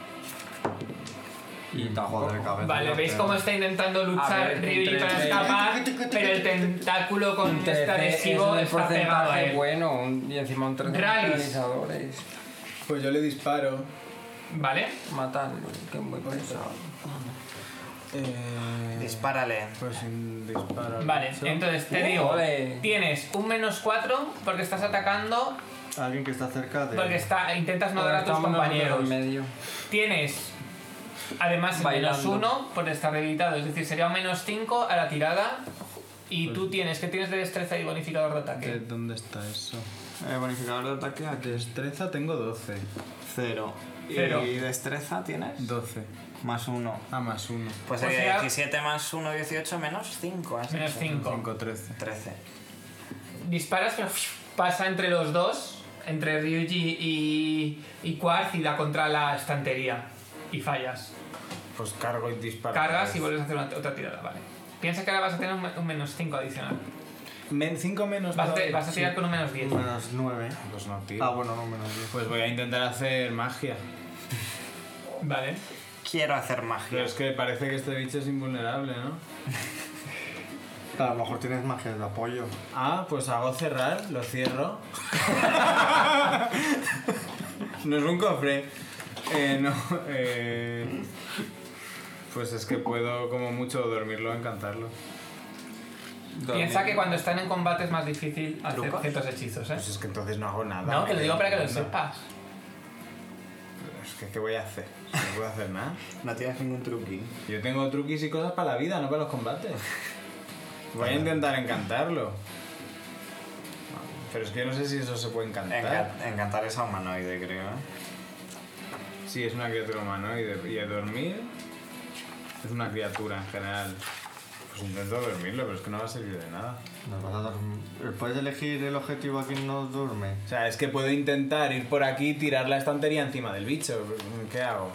S7: Y tampoco.
S3: Joder, cabeza.
S1: Vale, ¿veis cómo está intentando luchar
S7: ver,
S1: Ryuji
S7: un
S1: para
S7: 13.
S1: escapar? Pero el tentáculo con
S7: Un
S1: este
S7: 13 es
S1: adhesivo
S7: un
S1: está pegado a
S7: porcentaje
S1: él.
S7: bueno un- y encima un 13
S1: Rallies.
S7: realizadores.
S2: Pues yo le disparo.
S1: ¿Vale?
S7: Matarlo, que es muy pesado.
S2: Eh,
S5: Dispárale.
S2: Pues un disparo. al
S1: Vale,
S2: ocho.
S1: entonces te digo,
S7: Uh, Ole.
S1: tienes un menos 4 porque estás atacando,
S3: Alguien que está cerca de.
S1: porque está, intentas no dar a tus
S7: Estamos nosotros en
S1: compañeros.
S7: medio.
S1: Tienes además el menos
S7: Bailando.
S1: 1 por estar debilitado, es decir, sería un menos 5 a la tirada. Y
S7: Pues
S1: tú tienes, que tienes de destreza y bonificador de ataque.
S2: ¿De Eh, ¿Dónde está eso? Ah,
S5: Eh, bonificador de ataque a
S2: Destreza tengo 12.
S5: Cero.
S1: Cero.
S5: ¿Y destreza tienes?
S2: 12.
S5: Más uno.
S2: Ah, más 1.
S5: Pues
S1: O
S5: sería
S1: sea-
S5: 17 más 1, 18, menos 5.
S1: Menos 5.
S2: 5, 13.
S5: 13.
S1: Disparas, pero pasa entre los dos, entre Ryuji y, y Quartz, y da contra la estantería. Y fallas.
S2: Pues cargo y disparo.
S1: Cargas y vuelves a hacer una- otra tirada, vale. Piensa que ahora vas a tener un, un menos 5 adicional.
S2: 5 menos
S1: Vas a,
S2: todavía.
S1: vas a tirar
S2: Sí.
S1: con un menos 10.
S3: Menos 9.
S2: Pues no
S3: Ah,
S2: tiro.
S3: bueno, no menos 10.
S2: Pues voy a intentar hacer magia.
S1: Vale.
S5: Quiero hacer magia.
S2: Pero es que parece que este bicho es invulnerable, ¿no?
S3: A lo mejor tienes magia de apoyo.
S2: Ah, pues hago cerrar, lo cierro. no es un cofre. Eh, no. eh, pues es que puedo como mucho dormirlo, encantarlo.
S1: Piensa que cuando están en combate es más difícil hacer
S5: ¿Trucos?
S1: ciertos hechizos, ¿eh?
S2: Pues es que entonces no hago nada.
S1: No, que lo digo para que lo
S2: No.
S1: sepas.
S2: Es que, ¿qué voy a hacer? No puedo hacer nada.
S5: No tienes ningún truqui.
S2: Yo tengo truquis y cosas para la vida, no para los combates. Voy a intentar encantarlo. Pero es que yo no sé si eso se puede encantar.
S5: encantar es a humanoide, creo. ¿eh?
S2: Sí, es una criatura humanoide. Y a dormir es una criatura en general. Pues intento dormirlo, pero es que no va a servir de nada.
S3: Nos vas a dormir. ¿Puedes elegir el objetivo a quien no duerme?
S2: O sea, es que puedo intentar ir por aquí y tirar la estantería encima del bicho. ¿Qué hago?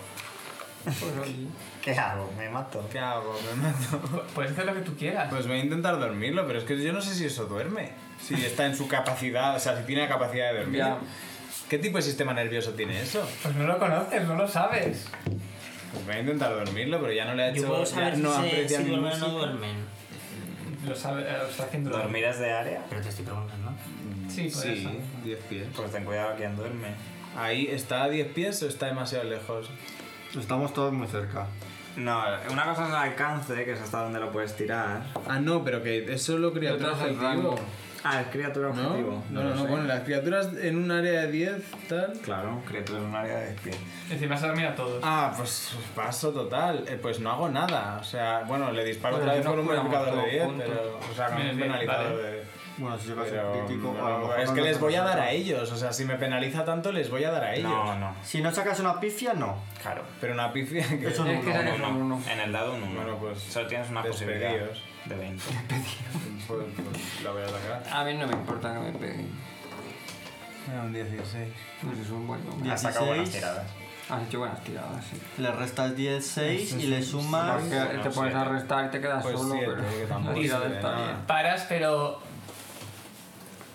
S5: ¿Qué hago? Me mato.
S2: ¿Qué hago? Me mato.
S1: Puedes hacer lo que tú quieras.
S2: Pues voy a intentar dormirlo, pero es que yo no sé si eso duerme. Si está en su capacidad, o sea, si tiene la capacidad de dormir.
S1: Ya.
S2: ¿Qué tipo de sistema nervioso tiene eso?
S1: Pues no lo conoces, no lo sabes.
S2: Pues voy a intentar dormirlo, pero ya no le ha hecho...
S4: Yo puedo
S2: ya
S4: saber
S2: no
S4: si, se-
S2: aprecia
S4: si
S2: mi
S4: duermen o no
S2: música.
S4: duermen.
S1: Lo sabe, eh, lo está haciendo.
S5: ¿Dormirás de área?
S4: Pero te estoy preguntando.
S1: Sí, por eso.
S2: 10 pies.
S5: Pues ten cuidado quien duerme.
S2: ¿Ahí está a 10 pies o está demasiado lejos?
S3: Estamos todos muy cerca.
S5: No, una cosa es el alcance, que es hasta donde lo puedes tirar.
S2: Ah, no, pero que eso lo cría
S7: Detrás del rango.
S5: Ah, es criatura
S2: ¿No?
S5: objetivo.
S2: No,
S5: lo
S2: no, no,
S5: sé.
S2: bueno, las criaturas en un área de 10, tal...
S5: Claro, criatura en un área de 10 pies.
S1: Es decir, vas a dormir a todos.
S2: Ah, pues paso total. Eh, pues no hago nada. O sea, bueno, le disparo
S7: Bueno,
S2: otra vez
S7: si no
S2: con un
S7: curamos
S2: multiplicador de
S7: todos
S2: 10,
S7: juntos.
S2: pero... O sea, con
S1: Bien,
S2: un
S1: bien, vale.
S2: penalizador de...
S3: Bueno, si llegas a
S2: Pero,
S3: un crítico, a lo
S2: no,
S3: mejor
S2: es
S3: no
S2: que
S3: te
S2: les voy a dar
S3: resulta.
S2: a ellos. O sea, si me penaliza tanto, les voy a dar a ellos.
S5: No, no,
S3: Si no sacas una pifia, no.
S5: claro.
S2: Pero una pifia que...
S3: Eso no.
S7: Es que saques
S5: Uno.
S7: un uno.
S5: En el dado un uno.
S2: Bueno, pues,
S5: Solo tienes una posibilidad
S2: despedidos.
S5: de 20.
S2: Pues, pues, la voy a atacar.
S7: A mí no me importa que me peguen.
S2: Era un 16.
S7: Pues es un buen número.
S5: Has sacado buenas
S3: 16.
S5: tiradas.
S7: Has hecho buenas tiradas, sí.
S3: Le restas 10, 6 y le sumas.
S7: Porque te puedes
S5: siete.
S7: arrestar y te quedas
S2: Pues
S7: solo,
S2: siete, que
S7: pero
S2: tampoco
S7: la tirada
S2: sirve de
S7: está
S2: nada.
S7: bien.
S1: Paras, pero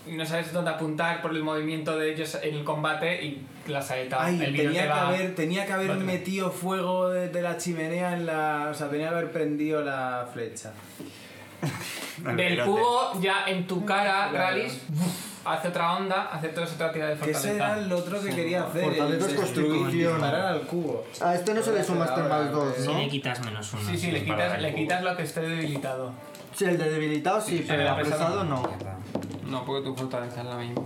S1: no sabes dónde apuntar por el movimiento de ellos en el combate y la saeta.
S2: Ay,
S1: el vídeo
S2: tenía
S1: te
S2: que,
S1: va-
S2: haber, tenía que haber
S1: va a-
S2: metido fuego de, de la chimenea en la... O sea, tenía que haber prendido la flecha.
S1: Del cubo ya en
S2: Mm,
S1: tu cara, Rallys, hace otra onda, hace toda otra tirada de
S2: Que ese era
S1: fortaleza.
S2: el otro que quería hacer.
S3: Fortaleza
S2: el
S3: es
S2: destruir,
S3: constitución.
S2: Disparar al cubo.
S3: A este no se le suma este más 2,
S4: Si
S3: ¿no?
S4: le quitas menos uno.
S1: Sí, sí, le
S5: Disparar
S1: quitas,
S5: al
S1: le
S5: cubo.
S1: quitas lo que esté debilitado.
S3: Sí, el de debilitado sí, pero el
S1: la pesada
S3: apresado no.
S7: No, porque tu fortaleza es la misma.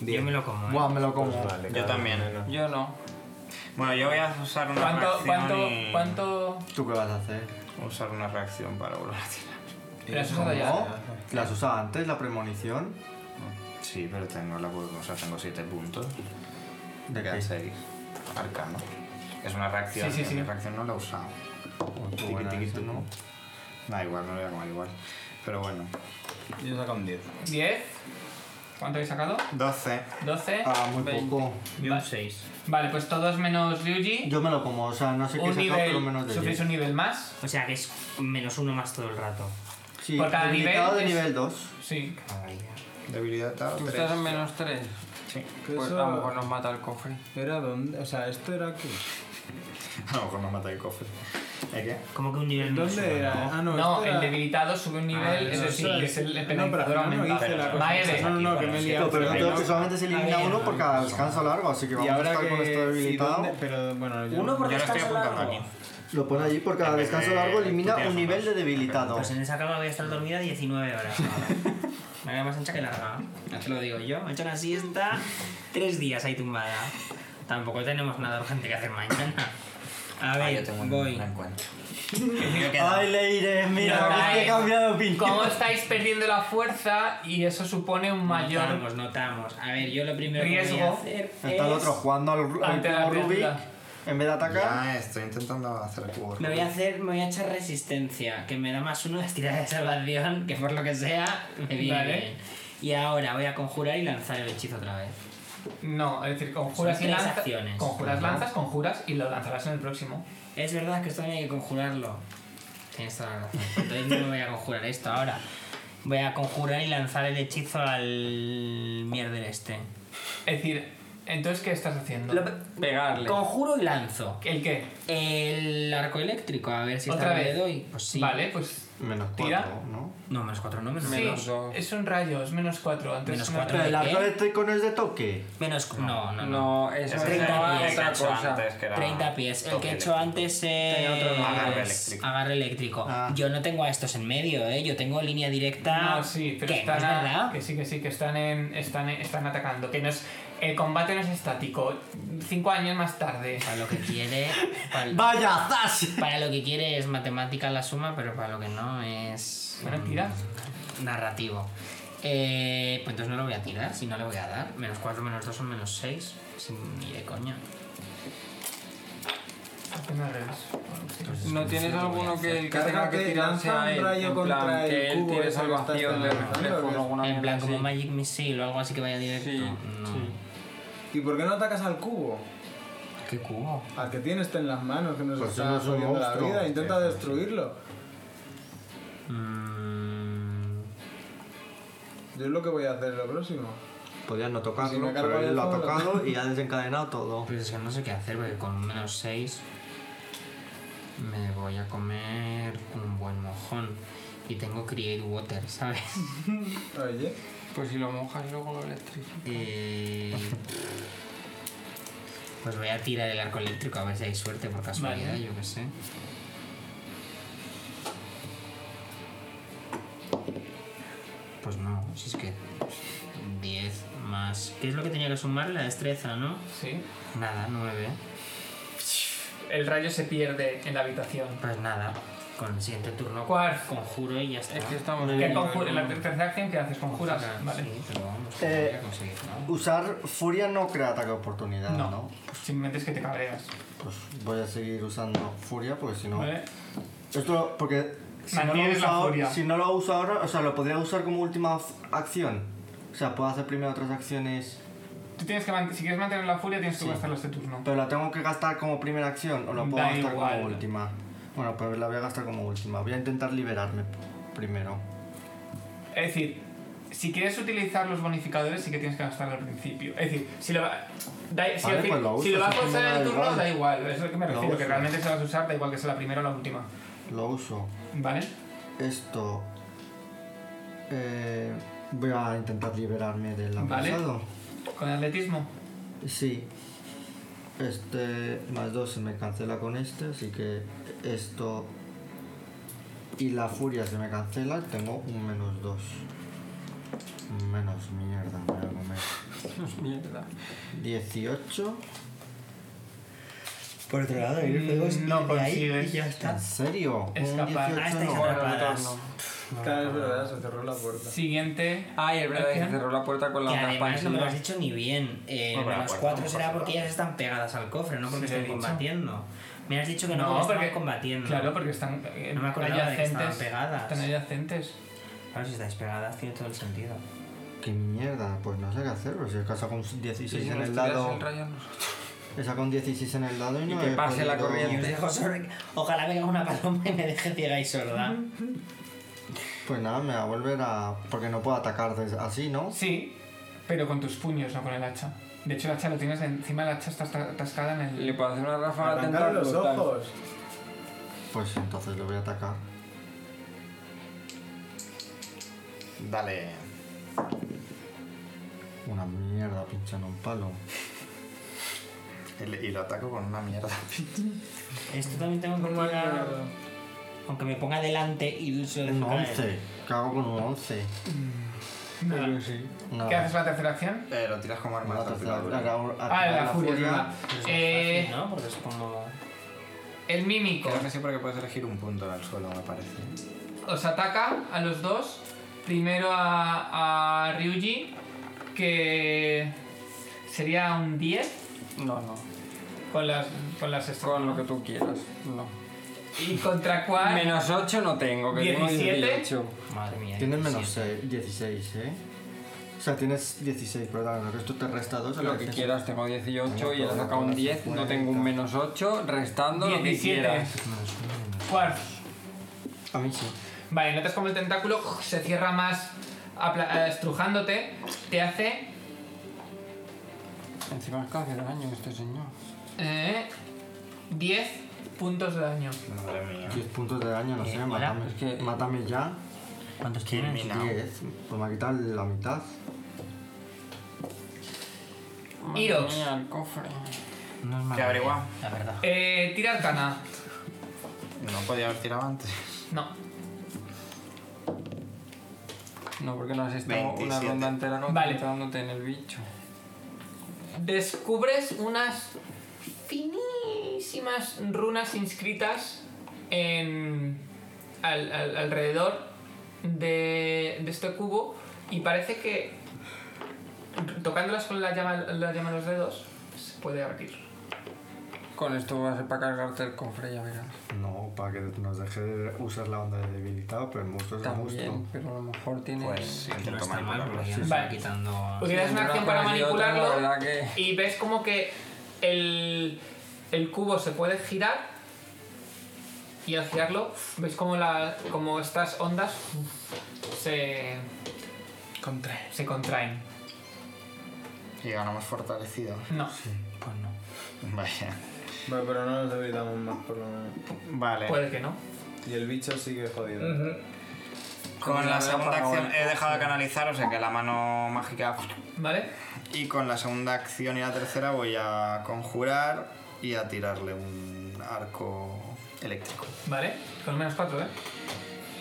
S4: Yo me lo como. ¿eh?
S3: Buah, me lo como.
S5: Yo también. eh.
S7: Yo no.
S5: Bueno, yo voy a usar una
S1: ¿Cuánto,
S5: reacción
S1: cuánto,
S5: y-
S1: cuánto?
S3: ¿Tú qué vas a hacer?
S5: Usar una reacción para volver a tirar.
S1: ¿Lo has usado
S3: ¿No?
S1: ya?
S3: ¿La has usado antes, la premonición?
S5: Sí, pero tengo la o sea, tengo 7 puntos.
S3: ¿De
S5: Quedan
S3: qué?
S5: 6. Arcano. Es una reacción.
S1: Sí, sí, sí.
S5: Mi reacción no la he usado.
S3: Oh, qué
S5: Tiqui,
S3: buena
S5: tiqui,
S3: esa,
S5: tucu.
S3: ¿no?
S5: Da igual, no lo voy a comer igual. Pero bueno.
S2: Yo he sacado un 10.
S1: ¿10? ¿Cuánto habéis sacado?
S5: 12.
S1: ¿12?
S3: Ah, muy poco.
S4: Yo un 6.
S1: Vale, pues todos menos Ryuji.
S3: Yo me lo como, o sea, no sé qué
S1: Un
S3: sacar, pero menos
S1: nivel,
S3: de 10.
S1: sufrís un nivel más.
S4: O sea que es menos uno más todo el rato.
S3: Sí,
S1: por cada nivel
S3: debilitado de
S1: es-
S3: nivel 2.
S1: Sí.
S5: Debilidad
S7: Tú estás en menos 3. Pues a lo mejor nos mata el cofre.
S2: ¿Era dónde? O sea, ¿esto era aquí?
S5: A lo mejor me mata el cofre. ¿Eh qué?
S4: Como que un nivel menos uno.
S2: ¿Dónde era? Ah, no,
S1: No,
S2: esto era-
S1: el debilitado sube un nivel,
S2: Ah,
S1: eso
S2: no,
S1: sí,
S2: eso
S1: que
S2: es-
S1: es el el
S2: no, pero
S1: penalizador
S2: no
S1: aumentado.
S2: hice la cosa.
S1: Maeve,
S2: No, no, no, que me he liado.
S3: Pero
S2: Sí,
S3: creo que
S2: no.
S3: solamente se elimina
S4: ver,
S3: uno por cada descanso largo, así que
S2: Y
S3: vamos a
S2: ahora
S3: estar
S2: que...
S3: con esto
S2: sí,
S3: debilitado.
S2: ¿dónde? Pero bueno, yo...
S4: Uno por
S5: Yo lo estoy
S4: descanso
S5: apuntando
S4: largo.
S5: aquí.
S3: Lo pone allí por cada
S5: En vez
S3: descanso
S5: de-
S3: largo, elimina
S5: tú tienes
S3: un nivel de
S5: unos.
S3: debilitado.
S4: Pues en esa cama voy a estar dormida 19 horas. ahora. Me voy a más ancha que larga. Ya te lo digo yo. He hecho una siesta tres días ahí tumbada. Tampoco tenemos nada urgente que hacer mañana. A
S5: Ah,
S4: ver,
S5: yo tengo un
S4: voy.
S5: un encuentro.
S3: Ay, Leire, mira,
S1: No,
S3: es que he
S1: Leire.
S3: cambiado de
S1: ¿Cómo
S3: opinión.
S1: estáis perdiendo la fuerza? Y eso supone un mayor
S4: Notamos, notamos. A ver, yo lo primero que voy a
S1: Riesgo.
S4: hacer
S3: Está el
S4: es-
S3: otro jugando al, al
S1: ante la
S3: cubo Rubik
S1: criatura.
S3: en vez de atacar.
S5: Ya estoy intentando hacer el cubo.
S4: Me voy a hacer, me voy a echar resistencia, que me da más uno de tiradas de salvación, que por lo que sea, me viene
S1: Vale.
S4: bien. Y ahora voy a conjurar y lanzar el hechizo otra vez.
S1: No, es decir, conjuras y
S4: Son tres
S1: lanzas.
S4: acciones.
S1: Conjuras, lanzas, conjuras y lo lanzarás en el próximo.
S4: Es verdad que esto también hay que conjurarlo. Tienes toda la razón. Entonces no voy a conjurar esto ahora. Voy a conjurar y lanzar el hechizo al mierder este.
S1: Es decir, entonces, ¿qué estás haciendo?
S7: Pegarle.
S4: Conjuro y lanzo.
S1: ¿El qué?
S4: El arco eléctrico, a ver si
S1: ¿Otra
S4: esta vez
S1: vez?
S4: le doy. Pues sí.
S1: Vale, pues.
S3: Menos
S1: Tira.
S3: 4, ¿no?
S4: No, menos 4, no, menos
S1: Sí,
S7: Menos dos.
S1: es un rayo, es menos 4. Antes
S4: Menos
S1: una-
S4: cuatro.
S3: Pero el
S4: ¿De
S3: arco
S4: qué?
S3: eléctrico no es de toque.
S4: Menos. No, no, Ah, no.
S7: No, eso
S5: Ese
S7: es
S5: es el
S7: otra
S5: que he hecho
S7: cosa.
S5: antes, que era
S4: 30 pies. El
S5: toque
S4: que he hecho
S5: eléctrico.
S4: antes es.
S7: otro nombre.
S5: Agarre eléctrico.
S4: Agarre eléctrico.
S3: Ah.
S4: Yo no tengo a estos en medio, ¿eh? Yo tengo línea directa.
S1: No, sí, pero
S4: que no
S1: están
S4: es
S1: a-
S4: verdad.
S1: que sí, que sí, que están en, están en- están atacando, que no es el combate no es estático. Cinco años más tarde.
S4: Para lo que quiere. Para,
S3: ¡Vaya, zas!
S4: para lo que quiere es matemática la suma, pero para lo que no es.
S1: Bueno,
S4: mm,
S1: tira.
S4: narrativo. Eh, pues entonces no lo voy a tirar, si no le voy a dar. Menos 4 menos 2 son menos 6. Sin, ni de coña.
S1: Apenas revés.
S7: ¿No tienes alguno que el que tenga que
S2: Cárgate,
S7: tirarse
S2: lanza un
S7: a él?
S2: rayo
S7: En
S2: contra
S7: plan,
S2: el
S7: que él
S2: cubo
S7: tire
S2: ese que estás
S7: salvación de
S2: lanzando,
S7: reflejo
S2: ¿no?
S7: o alguna
S6: En
S7: mierda
S6: plan, como
S7: así.
S6: Magic Missile o algo así que vaya directo.
S7: Sí.
S2: ¿Y por qué no atacas al cubo?
S6: ¿Qué cubo?
S2: Al que tienes en las manos que nos
S3: Pues
S2: está
S3: eso es un
S2: jodiendo la
S3: monstruo.
S2: vida. Intenta destruirlo.
S6: Mm,
S2: Yo es lo que voy a hacer lo próximo.
S3: Podías no tocarlo,
S2: Si me cargo
S3: pero
S2: yo
S3: él lo ha
S2: solo.
S3: tocado y ha desencadenado todo.
S6: Pues es que no sé qué hacer, porque con menos 6 me voy a comer un buen mojón. Y tengo Create Water, ¿sabes?
S2: Oye,
S7: Pues si lo mojas luego lo electrificas.
S6: Eh, pues voy a tirar el arco eléctrico a ver si hay suerte por casualidad, yo qué sé. Pues no, si es que 10 más... ¿Qué es lo que tenía que sumar? La destreza, ¿no?
S1: Sí.
S6: Nada, 9.
S1: El rayo se pierde en la habitación.
S6: Pues nada, con el siguiente turno
S1: ¿Cuál?
S6: conjuro y ya está.
S7: Es que estamos
S1: ¿Qué
S7: en
S1: conjura? La ter- tercera acción que haces,
S4: Ah,
S1: conjuras. Vale.
S6: Sí, pero vamos,
S3: Eh,
S6: voy a conseguir, ¿no?
S3: Usar furia no crea ataque de oportunidad,
S1: No.
S3: ¿no?
S1: Simplemente es que te cabreas.
S3: Pues voy a seguir usando furia porque si no.
S1: ¿Vale?
S3: Esto porque si no, lo
S1: Mantienes
S3: uso
S1: la
S3: ahora,
S1: furia.
S3: si no lo uso ahora, o sea, lo podría usar como última f- acción. O sea, puedo hacer primero otras acciones,
S1: Tú tienes que man- si quieres mantener la furia tienes que
S3: Sí.
S1: gastarlo este turno.
S3: pero la tengo que gastar como primera acción o la puedo
S1: Da
S3: gastar
S1: igual.
S3: como última. Bueno, pues la voy a gastar como última. Voy a intentar liberarme p- primero.
S1: Es decir, si quieres utilizar los bonificadores, sí que tienes que gastar al principio. Es decir, si lo, va- da- si,
S3: Vale,
S1: al fin-
S3: pues lo
S1: si
S3: uso,
S1: lo vas
S3: si
S1: a
S3: es que
S1: usar
S3: me
S1: en
S3: da
S1: el turno,
S3: igual.
S1: da igual. Es lo que me
S3: Lo
S1: refiero, que
S3: uso.
S1: realmente se vas a usar, da igual que sea la primera o la última.
S3: Lo uso.
S1: ¿Vale?
S3: Esto. eh, voy a intentar liberarme del
S1: Vale.
S3: apresado.
S1: Con atletismo.
S3: Sí. Este más 2 se me cancela con este, así que esto y la furia se me cancela, tengo un menos 2. Menos mierda, me voy a comer.
S7: Mierda.
S3: 18.
S4: Por otro lado,
S1: hay juegos No de ahí y consigues.
S4: ya
S3: ¿En
S4: está.
S3: serio? Un
S1: Escapar.
S3: 18
S4: Ah, estáis
S3: no.
S4: atrapadas.
S2: cada vez verdad, se cerró la puerta.
S1: Siguiente.
S7: Ay, es verdad que se
S1: Acción.
S7: cerró la puerta con
S4: Que
S7: la otra
S4: además no me lo has
S7: expansiva.
S4: dicho ni bien. Eh,
S5: Bueno,
S4: menos
S5: bueno,
S4: 4
S5: bueno,
S4: será
S5: bueno.
S4: porque ellas están pegadas al cofre, no porque
S1: Sí, te he
S4: estén
S1: dicho.
S4: combatiendo. Me has dicho que no, porque estaban combatiendo.
S1: Claro, porque están eh,
S4: No me acordaba de que estaban
S1: adyacentes,
S4: pegadas.
S1: Están adyacentes.
S4: Claro, si estáis pegadas tiene todo el sentido.
S3: ¿Qué mierda? Pues no sé qué hacer, pero si acaso con
S7: Y
S3: 16
S7: si
S3: en
S7: nos
S3: el
S7: tiras
S3: dado.
S7: el rayo a nosotros.
S3: He sacado un 16 en el dado y,
S7: Y
S3: no
S7: que
S3: he
S7: pase la
S3: podido-
S7: corriente.
S4: Y os dejo sobre- Ojalá venga una paloma y me deje ciega y sorda.
S3: Pues nada, me va a volver a. Porque no puedo atacar desde- así, ¿no?
S1: Sí, pero con tus puños, no con el hacha. De hecho, el hacha lo tienes encima, el hacha está ata- atascada en el.
S7: Le puedo hacer una ráfaga
S2: Arrancaron los
S7: explotar.
S2: ojos.
S3: Pues entonces le voy a atacar.
S5: Dale.
S3: Una mierda pinchando un palo.
S5: Y le- Y lo ataco con una mierda.
S4: Esto también tengo que tirar. Aunque me ponga delante y se lo
S3: Un
S4: dejo caer.
S3: 11. Cago con un 11.
S1: Nada.
S3: Nada.
S1: ¿Qué haces la tercera acción?
S5: Eh, lo tiras como arma
S3: Voy a
S5: de
S3: atacar-
S5: salpicadura.
S3: acabo-
S1: Ah,
S3: activar
S1: la, furia, es verdad.
S4: Pero es más
S1: Eh,
S4: fácil, ¿no? Porque es como.
S1: El mímico
S5: Creo que sí, porque puedes elegir un punto en el suelo, me parece.
S1: os ataca a los dos. Primero a, a Ryuji, que sería un 10
S7: No, no.
S1: con las, con las estas,
S7: Con lo
S1: ¿no?
S7: que tú quieras. No.
S1: ¿Y contra cuál?
S7: Menos 8 no tengo, que tengo
S1: 17.
S7: 18.
S4: Madre mía.
S3: Tienes
S4: yo
S3: menos
S4: sí.
S3: 6, 16, ¿eh? O sea, tienes 16, perdón. Lo que esto te resta 2.
S7: Lo que quieras, tengo 18 y he sacado un 10, no tengo un menos 8, restando lo que
S1: 17.
S7: quieras.
S1: Cuarto.
S3: A mí sí.
S1: Vale, notas como el tentáculo se cierra más apla- eh, estrujándote. Te hace.
S7: Encima es que hace daño este señor.
S1: eh, 10 puntos de daño.
S5: Madre mía.
S3: 10 puntos de daño, no sé, mátame.
S7: es que-
S3: Mátame ya.
S4: ¿Cuántos tienes?
S5: Mina.
S3: 10. Pues me ha quitado la mitad.
S7: Madre
S1: Iros.
S7: mía, el cofre.
S4: No es mala
S5: ¿Qué averigua?
S4: idea, La verdad.
S1: Eh, tira arcana.
S5: No podía haber tirado antes.
S1: No.
S7: No, porque no has estado una
S5: 27.
S7: ronda entera
S1: Vale.
S7: concentrándote en el bicho.
S1: descubres unas finísimas runas inscritas en, al- al- alrededor de, de este cubo y parece que tocándolas con la llama, la llama de los dedos se puede abrir.
S7: Con esto va a ser para cargarte el cofre, ya verás.
S3: No, para que nos deje de usar la onda de debilitado, pero el monstruo es el monstruo.
S7: También, pero a lo mejor tiene.
S5: Pues
S6: No
S5: intento
S6: está mal,
S5: manipularlo.
S6: porque ya nos
S1: Vale.
S6: está
S4: Ah,
S6: quitando...
S1: Utilizas Pues una
S7: Una
S1: acción para
S7: cosa y otra,
S1: manipularlo
S7: la verdad que-
S1: y ves como que el, el cubo se puede girar y al girarlo ves como, la, como estas ondas se,
S5: Contrae.
S1: se contraen.
S5: Y ganamos fortalecido.
S1: No,
S6: Pues no.
S5: Vaya.
S2: Vale, pero no nos debilitamos más por lo menos.
S4: Pues
S5: Vale.
S1: puede que no.
S2: Y el bicho sigue jodido.
S1: Mm.
S5: Con la segunda
S2: Para
S5: acción
S2: ahora.
S5: he dejado de canalizar, o sea que la mano mágica.
S1: ¿Vale?
S5: Y con la segunda acción y la tercera voy a conjurar y a tirarle un arco eléctrico.
S1: ¿Vale? Con menos 4, ¿eh?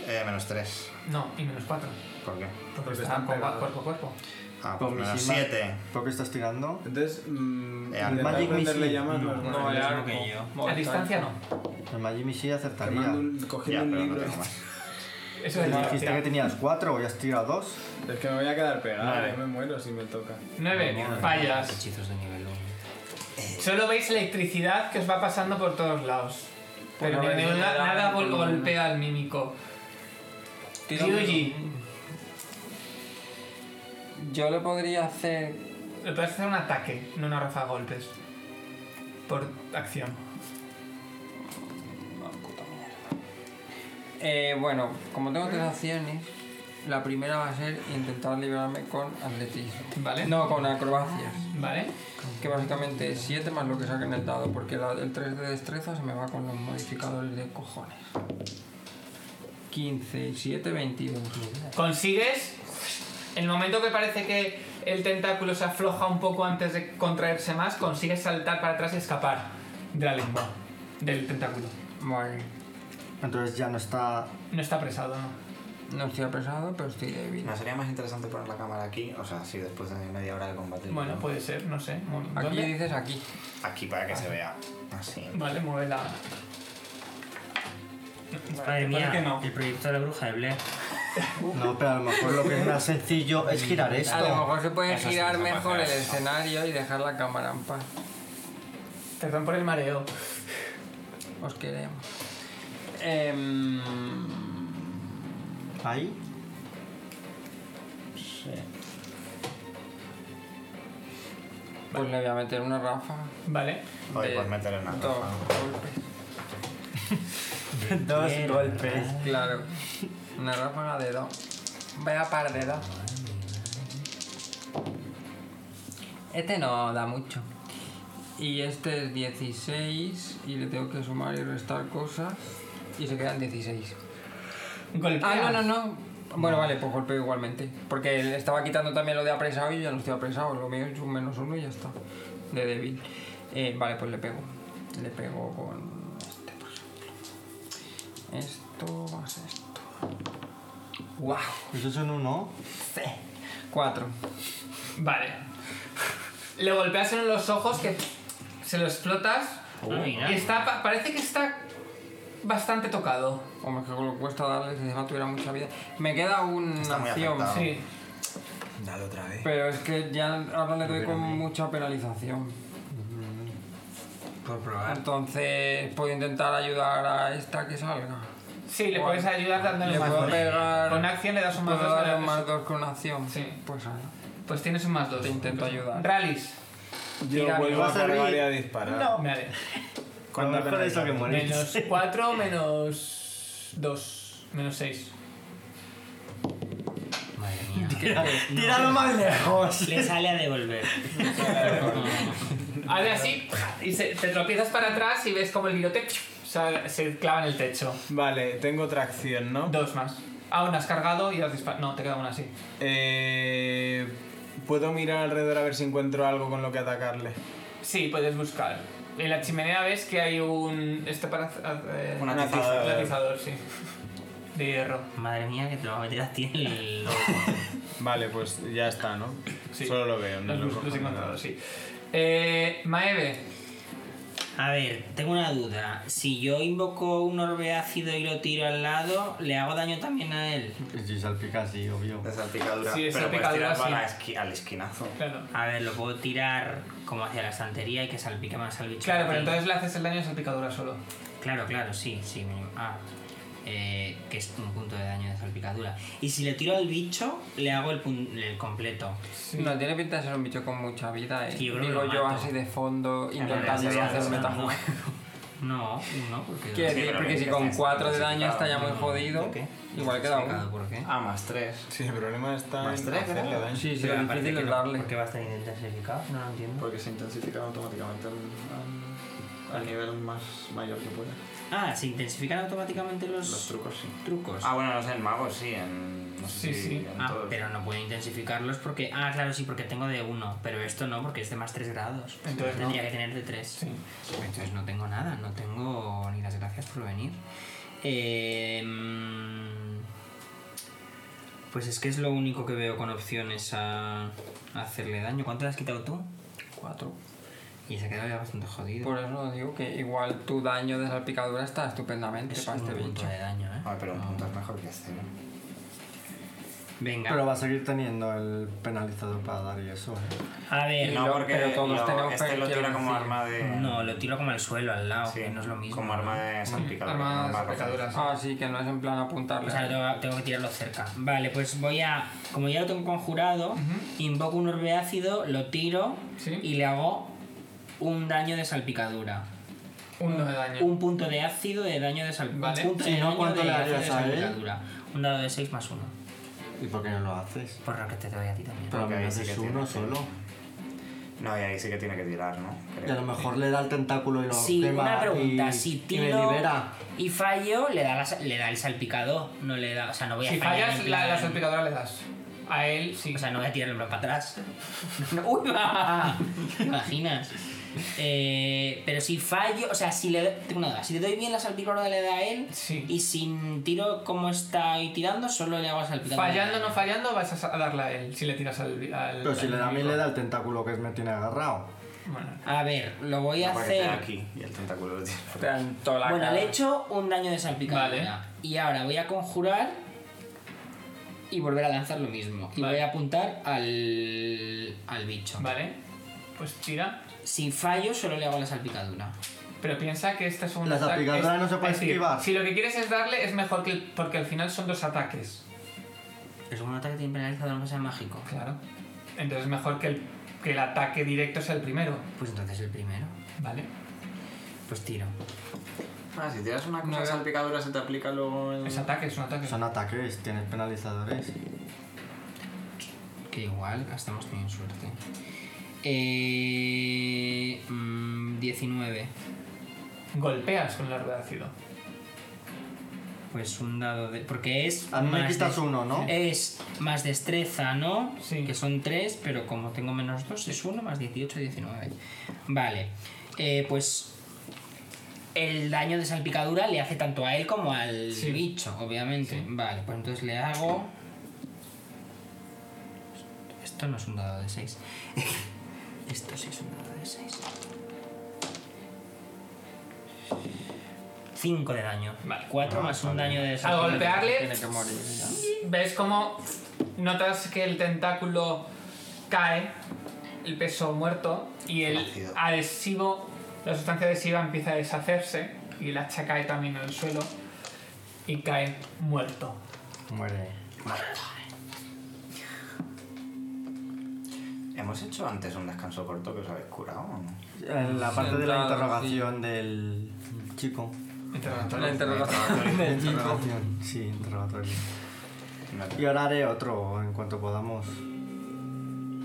S5: Eh, menos 3.
S1: No, y menos 4.
S5: ¿Por qué?
S1: Porque,
S2: Porque
S1: están
S2: están
S1: comba-
S2: pegados.
S1: cuerpo a cuerpo.
S5: Ah, pues menos
S3: Misima-
S5: 7.
S3: ¿Por qué estás tirando?
S2: Entonces, mm,
S5: Eh, al
S2: intentar
S3: Magic
S2: prenderle
S3: Missile.
S2: llamas,
S3: No,
S2: bueno,
S7: No,
S2: yo
S7: ya
S2: no.
S7: lo que yo.
S1: A distancia no.
S3: El Magic Missile
S2: Te
S3: acertaría.
S2: mando un- cogiendo
S5: Ya,
S2: un
S5: pero no
S2: libro.
S5: tengo más.
S1: Eso es
S3: Te Dijiste que
S1: distancia.
S3: tenías cuatro o ya has tirado dos.
S2: Es que me voy a quedar pegado,
S5: Vale.
S2: yo me muero si me toca.
S1: 9,
S6: Los
S1: fallas.
S6: Hechizos de nivel 1.
S1: Solo veis electricidad que os va pasando por todos lados. Pero
S7: Pues
S1: ni- ni-
S7: no veis
S1: na-
S7: nada,
S1: nada
S7: por
S1: gol-
S7: lo menos.
S1: golpea al mímico.
S7: Tira un
S1: Ryuji,
S7: Yo le podría hacer.
S1: le puedes hacer un ataque, no una rafa golpes. Por acción.
S7: Eh, bueno, como tengo tres acciones, la primera va a ser intentar liberarme con atletismo.
S1: ¿Vale?
S7: No, con acrobacias.
S1: ¿Vale?
S7: Que básicamente es 7 más lo que saque en el dado, porque la- el 3 de destreza se me va con los modificadores de cojones. 15 y 7, 22.
S1: Consigues. En el momento que parece que el tentáculo se afloja un poco antes de contraerse más, consigues saltar para atrás y escapar de la lengua del tentáculo.
S7: Vale.
S3: Entonces ya no está.
S1: No está presado, ¿no?
S7: No estoy apresado, pero estoy débil.
S5: No sería más interesante poner la cámara aquí, o sea, sí, después de media hora de combate.
S1: Bueno, pues-
S5: ¿no?
S1: puede ser, no sé. Bueno,
S7: Aquí
S1: ¿dónde?
S7: dices aquí.
S5: Aquí para que se vea. Así.
S1: Vale, mueve la.
S11: Madre
S1: Parece
S11: mía,
S1: que no.
S11: el proyecto de la bruja de Blair.
S3: No, pero a lo mejor lo que es más sencillo es girar
S7: A lo
S3: esto.
S7: mejor se puede
S5: Eso sí,
S7: girar
S5: no pasa
S7: mejor el
S5: nada.
S7: escenario y dejar la cámara en paz.
S1: Perdón por el mareo.
S7: Os queremos. Em,
S3: Ahí.
S7: pues le voy a meter una rafa.
S1: Vale.
S5: Oye,
S7: de
S5: pues meterle una
S7: dos
S5: rafa.
S7: golpes.
S3: Dos golpes.
S7: Claro. Una ráfaga de dos. Vaya par de dos. Este no da mucho. Y este es 16 y le tengo que sumar y restar cosas y se quedan 16.
S1: Golpea.
S7: Ah, no, no, no. Bueno, vale, pues golpeo igualmente. Porque él estaba quitando también lo de apresado y ya no estoy apresado. Lo mío es un menos uno y ya está. De débil. Eh, vale, pues le pego. Le pego con este, por ejemplo. Esto más esto. ¡Guau!
S3: Eso es un uno.
S7: Sí. Cuatro.
S1: Vale. Le golpeas en los ojos que se lo explotas.
S11: Ah, mira.
S1: Y está, pa- parece que está bastante tocado.
S7: Hombre, que lo cuesta darle si encima tuviera mucha vida. Me queda una
S5: Está muy
S7: acción.
S5: afectado.
S1: Sí.
S2: Dale otra vez.
S7: Pero es que ya ahora le doy con mucha penalización.
S11: Por probar.
S7: Entonces, puedo intentar ayudar a esta que salga.
S1: Sí, le puedes ayudar dándole
S7: Le
S1: más
S7: puedo
S1: dos.
S7: pegar.
S1: Con acción le das un más
S7: Puedo
S1: dos.
S7: darle
S1: a
S7: un
S1: la-
S7: más dos con acción.
S1: Sí.
S7: Pues ahora.
S1: Pues tienes un más dos.
S7: Te intento ayudar.
S1: Rallies.
S2: Yo
S1: Tira,
S2: vuelvo
S3: ¿vas
S2: a
S3: a
S2: cargar y
S3: abrir?
S2: a disparar.
S1: Vale.
S3: Cuando
S2: Cuando
S3: eso que
S1: Menos
S3: morís.
S1: 4, menos 2, menos 6.
S6: Madre mía.
S3: Tíralo más lejos.
S11: Le sale a devolver.
S1: Hazle así y se- te tropiezas para atrás y ves como el virote se, se clava en el techo.
S2: Vale, tengo otra acción, ¿no?
S1: Dos más. Aún has cargado y has disparado. No, te queda una así.
S2: Eh, Puedo mirar alrededor a ver si encuentro algo con lo que atacarle.
S1: Sí, puedes buscar. En la chimenea ves que hay un. Este para. eh,
S5: Un atizador.
S1: un atizador, sí. De hierro.
S11: Madre mía, que te vas a meter así en el loco.
S2: Vale, pues ya está, ¿no?
S1: Sí.
S2: Solo lo veo, no
S1: Los,
S2: lo
S1: bus-
S2: cojo
S1: los he
S2: ni
S1: encontrado,
S2: nada.
S1: sí. Eh, Maeve,
S4: A ver, tengo una duda. Si yo invoco un orbe ácido y lo tiro al lado, ¿le hago daño también a él?
S3: Si salpica así, obvio.
S5: De salpicadura.
S4: Sí, de
S5: pero puedes
S4: salpicadura,
S5: tirarlo a la
S4: sí.
S5: esqui- al esquinazo.
S4: A ver, lo puedo tirar como hacia la estantería y que salpique más al bicho.
S1: Claro,
S4: que
S1: pero
S4: tengo.
S1: entonces le haces el daño de salpicadura solo.
S4: Claro, claro, sí, sí. mínimo. Ah, eh, que es un punto de daño de salpicadura. Y si le tiro al bicho, le hago el, pun- el completo.
S7: No, tiene pinta de ser un bicho con mucha vida, eh.
S4: Sí, yo creo que
S7: Digo
S4: lo
S7: yo
S4: mato.
S7: así de fondo,
S4: Ya, pero
S7: intentando
S4: ya
S7: no
S4: se
S7: hacer
S4: hace,
S7: metajuego.
S4: No, uno, porque...
S7: Quiero decir, porque si con 4 de daño está ya muy jodido, igual queda
S4: Explicado
S7: uno.
S4: por qué.
S5: Ah, más 3.
S2: Sí, el problema está
S5: Más
S2: en
S5: tres,
S2: hacerle
S5: creo.
S2: daño.
S7: Sí, sí,
S4: Pero
S7: lo
S4: aparte
S7: difícil
S4: que
S7: es
S4: no,
S7: darle.
S4: ¿Por qué va a estar intensificado? No lo entiendo.
S5: Porque se intensifican automáticamente al, al- al nivel más mayor que pueda.
S4: Ah, ¿se intensifican automáticamente los,
S5: Los trucos, sí.
S4: trucos?
S5: Ah, bueno, no sé, en magos sí, en. No
S1: Sí,
S5: sé si
S1: sí.
S5: en
S4: Ah,
S5: todos.
S4: pero no puedo intensificarlos porque... Ah, claro, sí, porque tengo de 1, pero esto no, porque es de más 3 grados.
S1: Entonces no.
S4: Tendría que tener de 3. Entonces no tengo nada, no tengo ni las gracias por venir. Eh, mm, pues es que es lo único que veo con opciones a, a hacerle daño. ¿Cuánto le has quitado tú?
S7: 4.
S4: Y se ha quedado ya bastante jodido.
S7: Por eso digo que igual tu daño de salpicadura está estupendamente
S4: es
S7: para
S4: un
S7: este
S4: punto
S7: bicho.
S4: de daño, ¿eh?
S5: Ah, pero un punto es mejor que este, cero.
S4: Venga.
S3: Pero va a seguir teniendo el penalizador para dar y eso, ¿eh?
S4: A ver,
S5: No,
S7: lo-
S5: porque
S7: pero todos
S5: lo-
S7: tenemos
S5: este
S7: pe-
S5: lo tira
S7: quiero
S5: como
S7: decir.
S5: arma de.
S4: no, lo tiro como al suelo, al lado,
S5: sí,
S4: que no es lo mismo.
S5: Como arma de salpicadura.
S1: Arma
S5: no
S1: de
S5: va a coger.
S1: salpicadura, sí.
S7: Ah, sí, que no es en plan apuntarle.
S4: O sea, tengo, tengo que tirarlo cerca. Vale, pues voy a. Como ya lo tengo conjurado, invoco un orbe ácido, lo tiro
S1: Sí.
S4: y le hago un daño de salpicadura.
S1: Uno de daño.
S4: Un punto de ácido de daño de salpicadura.
S1: Eh. Vale.
S4: Un punto
S3: Si
S4: de
S3: no,
S4: daño
S3: ¿cuánto
S4: de
S3: le
S4: ácido de
S3: harías a él?
S4: salpicadura. Un dado de 6 más 1.
S3: ¿Y por qué no lo haces?
S4: Por lo que te doy a ti también.
S3: Pero
S5: Porque
S3: me
S5: ahí sí
S3: haces
S5: que
S3: uno
S5: tiene-
S3: solo.
S5: No, y ahí sí que tiene que tirar, ¿no?
S3: Y a lo mejor le da el tentáculo y lo
S4: Sí,
S3: quema
S4: una pregunta.
S3: y,
S4: si
S3: y le
S4: tiro
S3: libera.
S4: y, fallo, le da, la sa- le da el salpicado. No le da. O sea, no voy a
S1: Si
S4: fallar
S1: fallas,
S4: en
S1: la,
S4: plan-
S1: la salpicadora le das. A él sí.
S4: O sea, no voy a tirar el brazo para atrás. ¡Uy, va! ¿Te imaginas? Eh, pero si fallo, o sea, si le, doy- tengo una duda, si le doy bien la salpicadora le da a él,
S1: Sí.
S4: y sin tiro como está ahí tirando, solo le hago la salpicadora.
S1: fallando o no fallando, vas a sa- a darle a él si le tiras al. al
S3: Pero si
S1: al
S3: le da a mí
S1: enemigo.
S3: le da el tentáculo que me tiene agarrado.
S1: Bueno,
S4: A ver, lo voy a
S5: Para que
S4: hacer.
S5: esté aquí y el tentáculo lo tiene.
S7: Tanto la
S4: Bueno,
S7: cara.
S4: le he hecho un daño de salpicadora.
S1: Vale.
S4: Y ahora voy a conjurar y volver a lanzar lo mismo. Y voy a apuntar al, al bicho.
S1: vale. Pues tira.
S4: Si fallo, solo le hago la salpicadura.
S1: Pero piensa que este segundo
S3: La
S1: ataque
S3: salpicadora
S1: es-
S3: no se puede
S1: es decir,
S3: esquivar.
S1: Si lo que quieres es darle, es mejor que. el- Porque al final son dos ataques.
S4: Es un ataque tiene penalizador, aunque sea mágico.
S1: Claro. Entonces es mejor que el, que el ataque directo sea el primero.
S4: Pues entonces el primero.
S1: Vale.
S4: Pues tiro.
S5: Ah, si tiras una cosa de salpicadura se te aplica luego el.
S1: Es ataque, es un ataque.
S3: Son ataques, tienes penalizadores.
S4: Que igual gastamos también ah, suerte. Eh, mm, 19.
S1: Golpeas con la rueda de ácido.
S4: Pues un dado de. Porque es.
S3: A mí me
S4: más
S3: quitas
S4: de-
S3: uno, ¿no?
S4: Es más destreza, ¿no?
S1: Sí.
S4: Que son 3, pero como tengo menos 2, es 1 más 18, 19. Vale. Eh, pues. El daño de salpicadura le hace tanto a él como al
S1: Sí.
S4: bicho, obviamente. Vale, pues entonces le hago. Esto no es un dado de 6. Esto sí es un dado de 6. 5 de daño.
S1: Vale.
S4: 4 más un daño de
S1: Al
S4: salpicadura.
S1: golpearle,
S7: Tiene que morir. ya.
S1: ves cómo notas que el tentáculo cae, el peso muerto, y el
S5: Ácido.
S1: adhesivo, la sustancia adhesiva empieza a deshacerse, y el hacha cae también al suelo, y cae muerto.
S3: Muere.
S5: ¿Hemos hecho antes un descanso corto que os habéis curado o no?
S3: En la parte de la
S7: Sentado,
S3: interrogación del chico.
S7: La interrogación del chico.
S3: Interrogación, sí, interrogatorio.
S5: No te-
S3: Y ahora haré otro en cuanto podamos.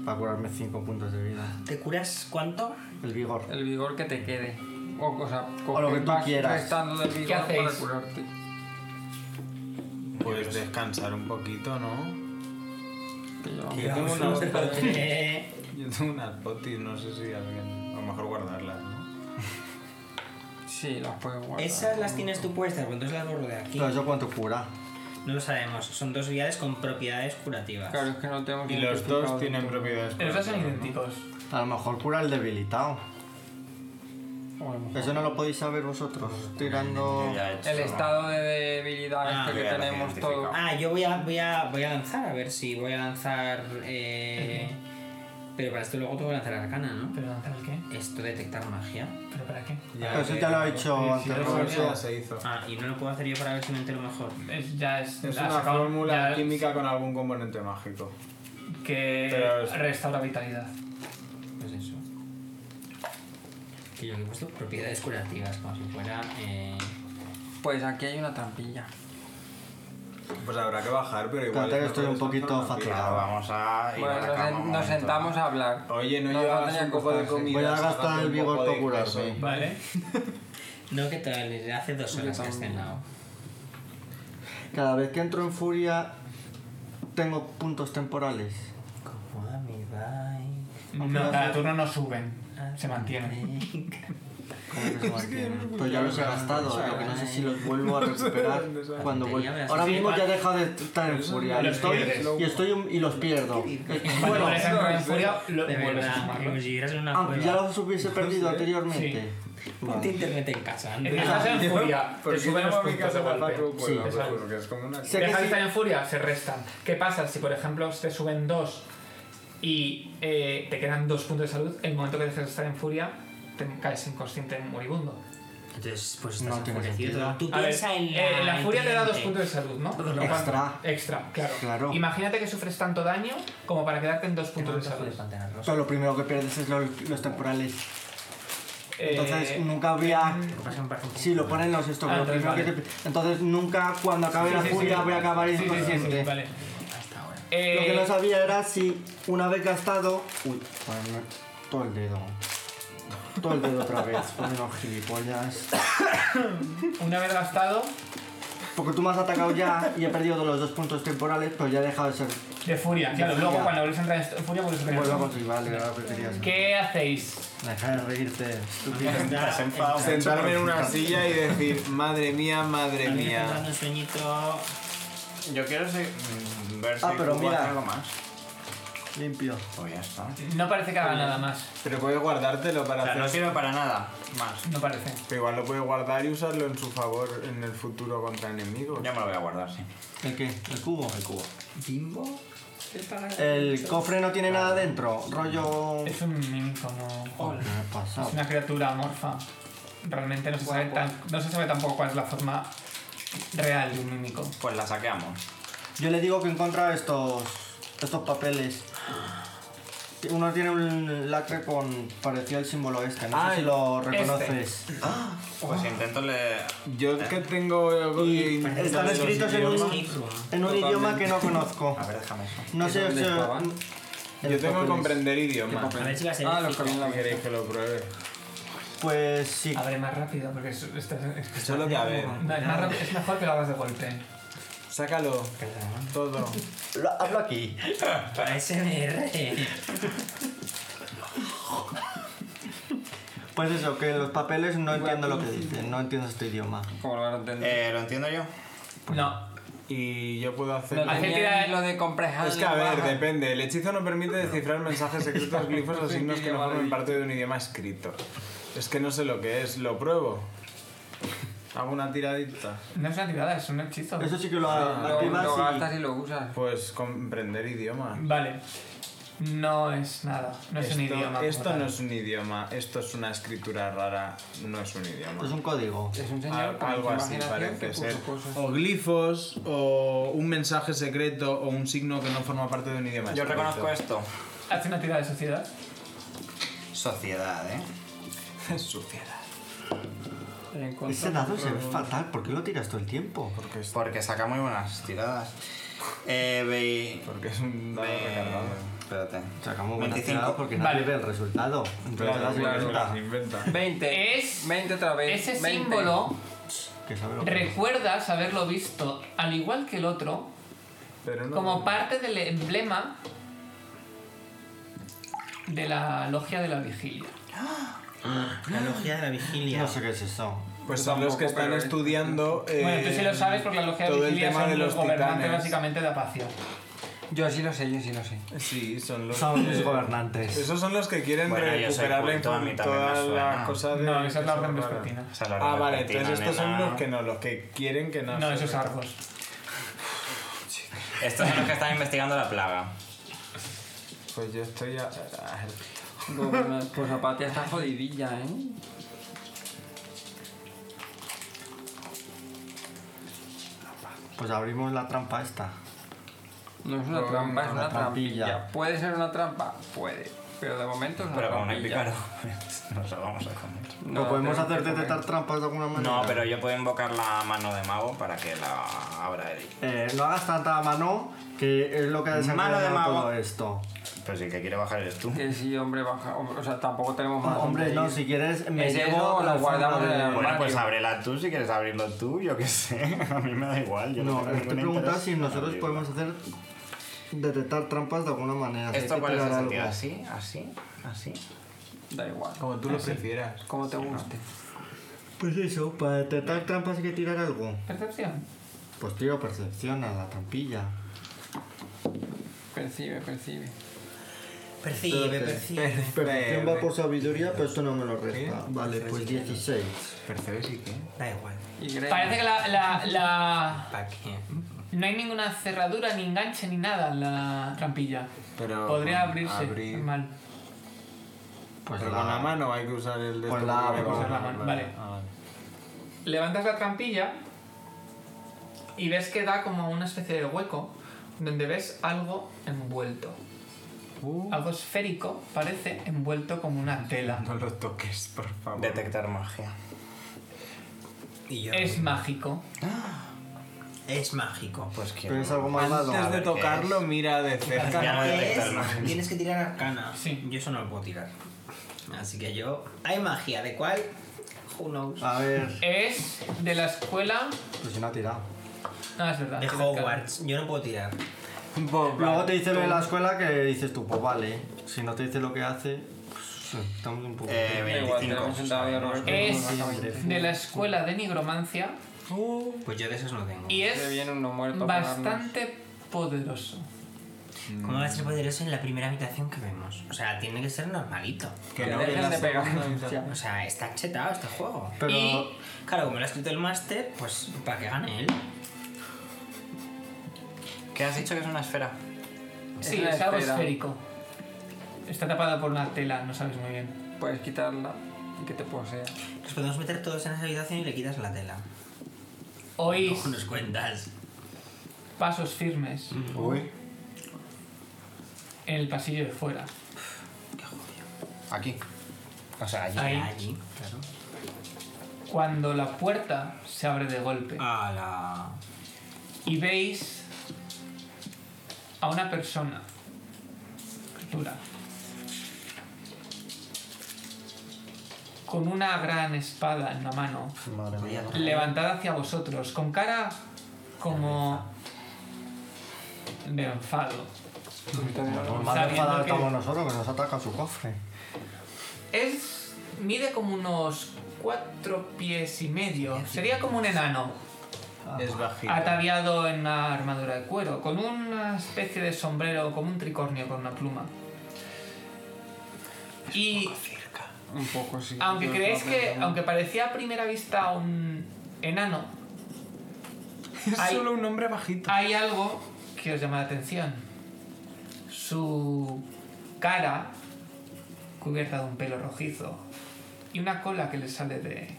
S3: Para curarme 5 puntos de vida.
S4: ¿Te curas cuánto?
S3: El vigor.
S7: El vigor que te quede. O, o sea,
S3: O lo que tú
S7: vas
S3: quieras.
S7: restando del vigor para
S1: hacéis?
S7: curarte.
S2: Pues descansar un poquito, ¿no?
S7: Que yo-
S3: Ya,
S2: tengo
S3: pues,
S2: una-
S3: no sé para qué.
S4: Eh,
S2: Yo tengo unas potis, no sé si alguien. A lo mejor guardarlas, ¿no?
S7: Sí, las puedes guardar.
S4: Esas las tienes tú puestas, pues entonces las borro de aquí.
S3: Pero eso cuánto cura.
S4: No lo sabemos, son dos viales con propiedades curativas.
S7: Claro, es que no tenemos
S2: Y los
S7: identificado
S2: dos tienen
S7: dentro.
S2: propiedades.
S1: Pero esos son
S2: curativas, ¿no?
S1: idénticos.
S3: A lo mejor cura el debilitado. Eso no lo podéis saber vosotros, tirando...
S7: El estado de debilidad
S4: Ah,
S7: este que
S4: ya lo he
S7: tenemos todo.
S4: Ah, yo voy a, voy a, voy a lanzar, a ver si voy a lanzar. eh, pero para esto luego tengo que lanzar arcana, ¿no?
S1: ¿Pero lanzar el qué?
S4: Esto detectar magia.
S1: ¿Pero para qué?
S3: Ya, Pero eso ya lo he hecho antes, Roberto.
S4: Ah, y no lo puedo hacer yo para ver si me entero mejor.
S1: Es, ya es,
S2: Es
S1: ha
S2: una
S1: sacado-
S2: fórmula
S1: ya-
S2: química con algún componente mágico.
S1: que
S2: Pero es-
S1: restaura vitalidad.
S11: Pues eso. Que yo le he puesto propiedades curativas, como si fuera. eh,
S7: Pues aquí hay una trampilla.
S2: Pues habrá que bajar, pero igual.
S3: Espérate que
S2: es
S3: estoy
S2: mejor
S3: un poquito
S2: descansar ratito.
S3: fatigado.
S5: Vamos a ir
S7: Bueno,
S5: a la
S7: nos, sen-
S5: cama un
S7: nos
S5: momento.
S7: sentamos a hablar.
S2: Oye, no
S7: No, no
S2: llevas
S7: tenía
S2: un poco de
S7: acostarse.
S2: comida.
S3: Voy a gastar
S2: sácate
S3: el
S2: un poco
S3: vigor
S2: de
S3: para
S2: queso.
S3: curarme.
S1: Vale.
S11: No, ¿qué tal? Desde hace dos horas que has cenado.
S3: Cada vez que entro en furia, tengo puntos temporales.
S11: Como a mi vai,
S1: No, cada turno no suben, se mantienen.
S3: ¿Cómo que se mantienen? Pues ya
S2: claro,
S3: los he
S2: o sea,
S3: gastado, lo que no sé si los vuelvo a recuperar cuando
S11: Tenía
S3: vuelva.
S11: las-
S3: Ahora
S11: sí,
S3: mismo
S11: va-
S3: ya he dejado de estar en furia.
S1: los
S3: Estoy,
S1: pierdes.
S3: y, estoy un- y los pierdo. Eh,
S1: Cuando
S3: Bueno,
S1: vuelves a entrar en furia, lo
S11: De
S1: vuelves a
S11: verdad, como
S1: sumarlo.
S11: si vivieras en una
S3: aunque ya
S11: cueva.
S3: los hubiese perdido anteriormente.
S11: Ponte internet en casa. ¿no?
S1: Empiezas en furia,
S2: ¿Por
S1: te
S2: qué
S1: suben los
S2: no pues me
S1: puntos
S2: ubicas
S1: de
S2: en la
S1: golpe.
S2: Paco?
S3: Sí,
S2: Bueno, pues
S1: exacto.
S2: porque es como una.
S3: Sé que
S1: Dejas de
S3: sí-
S1: estar en furia, se restan. ¿Qué pasa si, por ejemplo, te suben dos y eh, te quedan dos puntos de salud? En el momento que dejes de estar en furia, te caes inconsciente moribundo.
S11: Entonces, pues estás
S3: No tiene
S11: enfurecido.
S3: sentido.
S11: Tú
S1: A ver,
S11: piensa en la.
S1: eh, la
S11: el
S1: furia te da dos
S11: cliente.
S1: puntos de salud, ¿no?
S3: Extra.
S1: Extra, claro.
S3: Claro.
S1: Imagínate que sufres tanto daño como para quedarte en dos
S11: Tengo
S1: puntos de
S11: antojo
S1: salud.
S11: de Pantera Rosa.
S3: Pero lo primero que pierdes es los, los temporales. Entonces
S1: Eh,
S3: nunca habría...
S11: Lo pasan para un-
S3: Si lo ponen los estos,
S1: Ah,
S3: lo
S1: entonces
S3: primero que
S1: vale.
S3: te- entonces nunca cuando acabe
S1: sí,
S3: la
S1: sí,
S3: furia
S1: sí.
S3: voy a acabar
S1: Sí, sí, sí, sí,
S3: inconsciente.
S1: vale.
S11: Hasta ahora.
S1: Eh,
S3: Lo que no sabía era si una vez gastado. Uy, ponerme todo el dedo. Todo el dedo otra vez, ponerme gilipollas.
S1: Una vez gastado,
S3: Porque tú me has atacado ya y he perdido todos los dos puntos temporales, pero ya he dejado de ser.
S1: de furia, claro.
S3: furia.
S1: Luego, cuando vuelves a entrar en furia, vuelves a tener
S3: Vuelvo a
S1: dos.
S3: conseguir, vale, ahora que querías.
S1: ¿Qué hacéis?
S3: Deja de reírte, estúpido.
S4: Estás enfadado.
S2: Sentarme en una silla y decir, madre mía, madre mía.
S4: un sueñito.
S5: Yo quiero se- mm, ver si
S3: Ah, pero
S5: tú
S3: mira.
S5: haces algo más.
S3: Limpio.
S5: Pues ya está. O
S1: No parece que haga nada más.
S2: Pero puedes guardártelo para
S5: sea, no
S2: hacer.
S5: sirve para nada más.
S1: No parece.
S2: Pero igual lo puedes guardar y usarlo en su favor en el futuro contra enemigos.
S5: Ya me lo voy a guardar, sí.
S3: ¿El qué? ¿El cubo?
S5: El cubo.
S11: Bimbo. ¿Te pagas?
S3: El cofre no tiene nada dentro, rollo.
S1: Es un mini como.
S3: ¿Qué me ha pasado?
S1: Es una criatura amorfa. Realmente no se, sabe tan- no se sabe tampoco cuál es la forma real de un mímico.
S5: Pues la saqueamos.
S3: Yo le digo que he encontrado estos, estos papeles. Uno tiene un lacre con parecido al símbolo este, no sé si lo reconoces.
S5: Pues intento le...
S2: Yo es que tengo.
S3: Y están escritos en un, en un idioma que no conozco.
S5: A ver, déjame eso.
S3: No sé si...
S7: estaban?
S2: Yo tengo que comprender idiomas.
S4: A ver si va a ser.
S7: Ah, los que
S2: Si queréis que lo pruebe.
S3: Pues sí.
S1: Abre más rápido porque es, estás- es que
S2: Solo que a ver.
S1: No, es, más rápido- es mejor que lo hagas de golpe.
S2: Sácalo. Todo.
S3: Lo- Hazlo aquí.
S11: ASMR.
S3: Pues eso, que los papeles no entiendo lo que dicen, no entiendo este idioma.
S7: Como lo van a entender.
S5: Eh, ¿Lo entiendo yo?
S1: No.
S2: Y yo puedo hacer.
S7: Lo
S1: Hay que
S7: tenían
S1: tirar-
S7: lo de comprehend
S2: Es que a ver,
S7: baja.
S2: depende. El hechizo no permite descifrar mensajes secretos, glifos o
S7: Sí,
S2: signos
S7: qué
S2: que no formen
S7: maravilla.
S2: parte de un idioma escrito. Es que no sé lo que es, lo pruebo. Hago una tiradita.
S1: No es una tirada, es un hechizo.
S3: Eso sí que lo
S7: Lo,
S3: activas
S7: lo
S3: y...
S7: gastas y lo usas.
S2: Pues comprender idioma.
S1: Vale. No es nada. No es
S2: esto,
S1: un idioma. como
S2: esto
S1: tal.
S2: no es un idioma, esto es una escritura rara, no es un idioma.
S3: Es un código.
S7: Es un señor
S2: Al-
S7: con
S2: algo
S7: mucha
S2: así
S7: imaginación que
S2: parece ser.
S7: puso cosas.
S3: Oh,
S2: O glifos, o un mensaje secreto, o un signo que no forma parte de un idioma.
S5: Yo
S2: escrito.
S5: reconozco esto.
S1: Hace una tirada de sociedad.
S5: Sociedad, ¿eh?
S2: Es suciedad.
S7: En contra-
S3: Ese dado se ve fatal, ¿por qué lo tiras todo el tiempo?
S2: Porque es,
S5: Porque saca muy buenas tiradas. Eh, ve...
S2: porque es un dado
S5: ve-
S2: recargado.
S5: Espérate.
S3: Sacamos buenas
S5: 25.
S3: tiradas porque nadie
S1: Vale.
S3: ve el resultado. Entonces,
S2: Claro,
S3: nadie
S2: porque se
S3: pregunta.
S2: las inventa.
S7: 20.
S1: Es-
S7: 20 otra vez.
S1: Ese
S7: 20.
S1: símbolo
S3: Que sabe lo que es.
S1: recuerdas haberlo visto, al igual que el otro,
S2: Pero no-
S1: como parte del emblema de la logia de la vigilia.
S4: La logia de la vigilia.
S3: No sé qué es eso.
S2: Pues son los que están estudiando. eh,
S1: bueno, tú sí lo sabes porque la logia de
S2: todo
S1: la
S2: el
S1: vigilia
S2: tema
S1: son
S2: de
S1: los,
S2: los
S1: gobernantes
S2: titanes.
S1: básicamente de Apacia.
S7: Yo sí lo sé, yo sí lo sé.
S2: Sí, son los.
S3: Son
S2: que-
S3: los gobernantes.
S2: Esos son los que quieren
S5: Bueno, yo soy
S2: recuperar la
S5: culto, a mí
S2: info-
S5: también me
S2: todas
S5: suena.
S2: las cosas de.
S1: No, esa es la orden
S2: que son
S1: vespertina.
S2: raras.
S5: Esa es la orden
S2: Ah, vale,
S5: vespertina,
S2: entonces estos son
S5: nena.
S2: los que no, los que quieren que no.
S1: No,
S2: se
S1: esos
S2: recuerden.
S1: arcos.
S5: Estos son los que están investigando la plaga.
S2: Pues yo estoy. a- a-
S7: Pues Apatia está jodidilla, ¿eh?
S3: Pues abrimos la trampa esta.
S7: No es una trampa, es
S3: una
S7: una
S3: trampilla.
S7: trampilla. ¿Puede ser una trampa? Puede. Pero de momento es una
S5: Pero como no hay
S7: trampilla.
S5: pícaro, nos lo vamos a comer.
S3: ¿Lo podemos
S7: tenemos
S3: hacer
S7: que comer.
S3: detectar trampas de alguna manera?
S5: No, pero yo puedo invocar la mano de mago para que la abra él.
S3: Eh, no hagas tanta mano, que es lo que ha
S5: Mano de
S3: desencadenado
S5: mago.
S3: todo esto.
S5: Pero si el que quiere bajar eres tú.
S7: Que sí, hombre, baja. hombre, O sea, tampoco
S5: Oh,
S7: tenemos más.
S3: Ah, Hombre,
S7: donde
S3: no,
S7: ir.
S3: si quieres me
S7: ¿Es
S3: llevo
S7: eso o
S3: la
S7: lo guardamos
S3: alfombra
S7: en el
S3: de-
S5: Bueno, pues
S7: Mario.
S5: ábrela tú si quieres abrirlo tú, yo qué sé. A mí me da igual. Yo
S3: No,
S5: tengo ningún
S3: estoy preguntando
S5: interés
S3: si
S5: en
S3: nosotros
S5: abrirla.
S3: podemos hacer detectar trampas de alguna manera. si hay
S5: ¿Esto
S3: que
S5: cuál es el
S3: tirar
S5: sentido?
S3: algo.
S5: ¿Así? ¿Así? ¿Así?
S7: Da igual.
S2: Como tú lo prefieras.
S7: Como te guste.
S3: Pues eso, para detectar trampas hay que tirar algo.
S7: Percepción.
S3: Pues tiro percepción a la trampilla.
S7: Percibe, percibe.
S4: Percibe, percibe.
S3: Percepción va por sabiduría, pero esto no me lo resta. Vale, pues 16.
S2: ¿Percebes y qué?
S4: Da igual.
S7: Y Grey.
S1: Parece que la, la, la-
S4: ¿Para qué?
S1: No hay ninguna cerradura, ni enganche, ni nada en la trampilla.
S2: Pero.
S1: Podría
S2: con-
S1: abrirse.
S2: abrir-
S1: Mal.
S3: Pues
S2: Pero con la mano hay que usar el de.
S3: Con
S2: esto
S3: la-
S2: porque
S3: hay que
S2: no-
S1: usar la mano, vale.
S2: Ah, vale.
S1: Levantas la trampilla y ves que da como una especie de hueco donde ves algo envuelto.
S4: Uh.
S1: Algo esférico, parece, envuelto como una tela.
S2: No lo toques, por favor.
S5: Detectar magia.
S4: Y yo.
S1: Es mágico.
S4: Es mágico.
S5: Pues quiero.
S3: Pero es algo malvado.
S2: Antes de
S5: ver, ¿qué
S2: tocarlo,
S5: es?
S2: mira de
S5: Ya
S2: cerca.
S5: no detectar
S4: Es,
S5: magia.
S4: tienes que tirar arcana.
S1: Sí.
S4: Yo eso no lo puedo tirar. Así que yo. Hay magia, ¿de cuál? Who knows?
S3: A ver,
S1: Es de la escuela.
S3: pues si no ha tirado.
S1: Ah, es verdad.
S4: De
S1: tiene cara.
S4: Hogwarts. Yo no puedo tirar.
S3: Luego te dice lo de la escuela que dices tú, pues vale. Si no te dice lo que hace, pues, estamos un poco.
S7: Da
S5: Eh,
S7: igual,
S5: 25.
S7: tenemos el dado de Roberto.
S1: Es de la escuela de nigromancia
S4: Pues yo de esas no tengo.
S1: y
S7: Que
S1: es
S7: viene uno muerto a pegarnos.
S1: bastante poderoso.
S4: ¿Cómo va a ser poderoso en la primera habitación que vemos? O sea, tiene que ser normalito.
S7: Que
S2: Que no, que
S7: dejen
S2: la
S7: de pegar.
S4: O sea, está chetado este juego.
S3: Pero-
S4: Y, claro, como lo ha escrito el máster, pues para que gane él.
S5: ¿Qué has dicho que es una esfera?
S1: Sí,
S7: una
S1: es algo
S7: esfera.
S1: esférico. Está tapada por una tela, no sabes muy bien.
S7: Puedes quitarla y que te posea.
S4: Nos podemos meter todos en esa habitación y le quitas la tela.
S1: Oís
S4: No nos cuentas.
S1: pasos firmes
S3: Uy.
S1: en el pasillo de fuera.
S5: Aquí. O sea, allí.
S1: Ahí.
S4: Allí, claro.
S1: Cuando la puerta se abre de golpe
S4: A la.
S1: y veis a una persona. Dura. Con una gran espada en la mano.
S3: Madre mía.
S1: levantada hacia vosotros, con cara como de enfado.
S3: Normal
S1: Sabiendo
S3: enfadado
S1: que-
S3: estamos nosotros que nos ataca su cofre.
S1: Es mide como unos cuatro pies y medio. Sería como un enano, Ah,
S2: Es bajito.
S1: ataviado en una armadura de cuero, con una especie de sombrero, como un tricornio con una pluma. Y
S7: Un poco, sí.
S1: aunque
S7: Yo
S1: creéis
S7: creo
S1: que,
S7: no.
S1: aunque parecía a primera vista un enano,
S2: Es
S1: Ay.
S2: solo un hombre bajito.
S1: Hay algo que os llama la atención. Su cara cubierta de un pelo rojizo y una cola que le sale de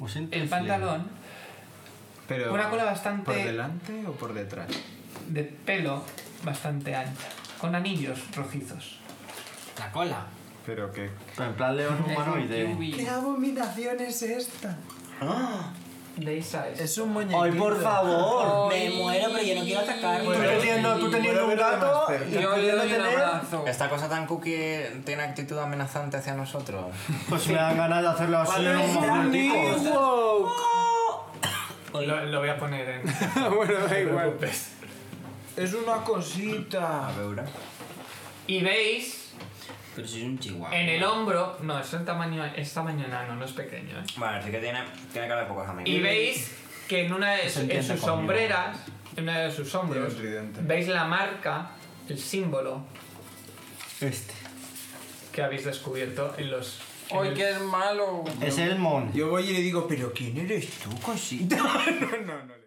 S3: Lo siento,
S1: el
S3: sí.
S1: pantalón
S2: Pero
S1: Una cola bastante-
S2: ¿Por delante o por detrás?
S1: de pelo bastante ancha, con anillos rojizos.
S4: La cola.
S2: Pero que.
S3: Pero en plan león humanoide.
S2: ¿Qué abominación es esta?
S1: Veis a eso.
S2: Es un muñeco.
S3: ¡Ay, por favor!
S4: Me muero, pero yo no quiero atacar.
S3: Tú teniendo, tú teniendo un gato y
S7: Yo le
S3: pudiendo
S7: doy un
S3: tener,
S7: abrazo.
S5: ¿Esta cosa tan cookie tiene actitud amenazante hacia nosotros?
S3: pues me dan ganas de hacerlo así en un momentico.
S1: Lo, lo voy a poner en.
S2: bueno, da igual. Es una cosita.
S5: Abeura.
S1: Y veis
S4: Pero si es un chihuahua.
S1: en el hombro. No, es un tamaño. Es tamaño enano, no es pequeño, ¿eh?
S5: Bueno, sí que tiene, tiene que haber pocos amigos.
S1: Y veis que en una de, en sus sombreras en una de sus hombros, veis la marca, el símbolo
S3: Este.
S1: que habéis descubierto en los. en
S7: ¡Ay,
S1: el-
S7: qué es malo!
S3: Es el mon.
S2: Yo voy y le digo, ¿pero quién eres tú, cosita? no, no, no.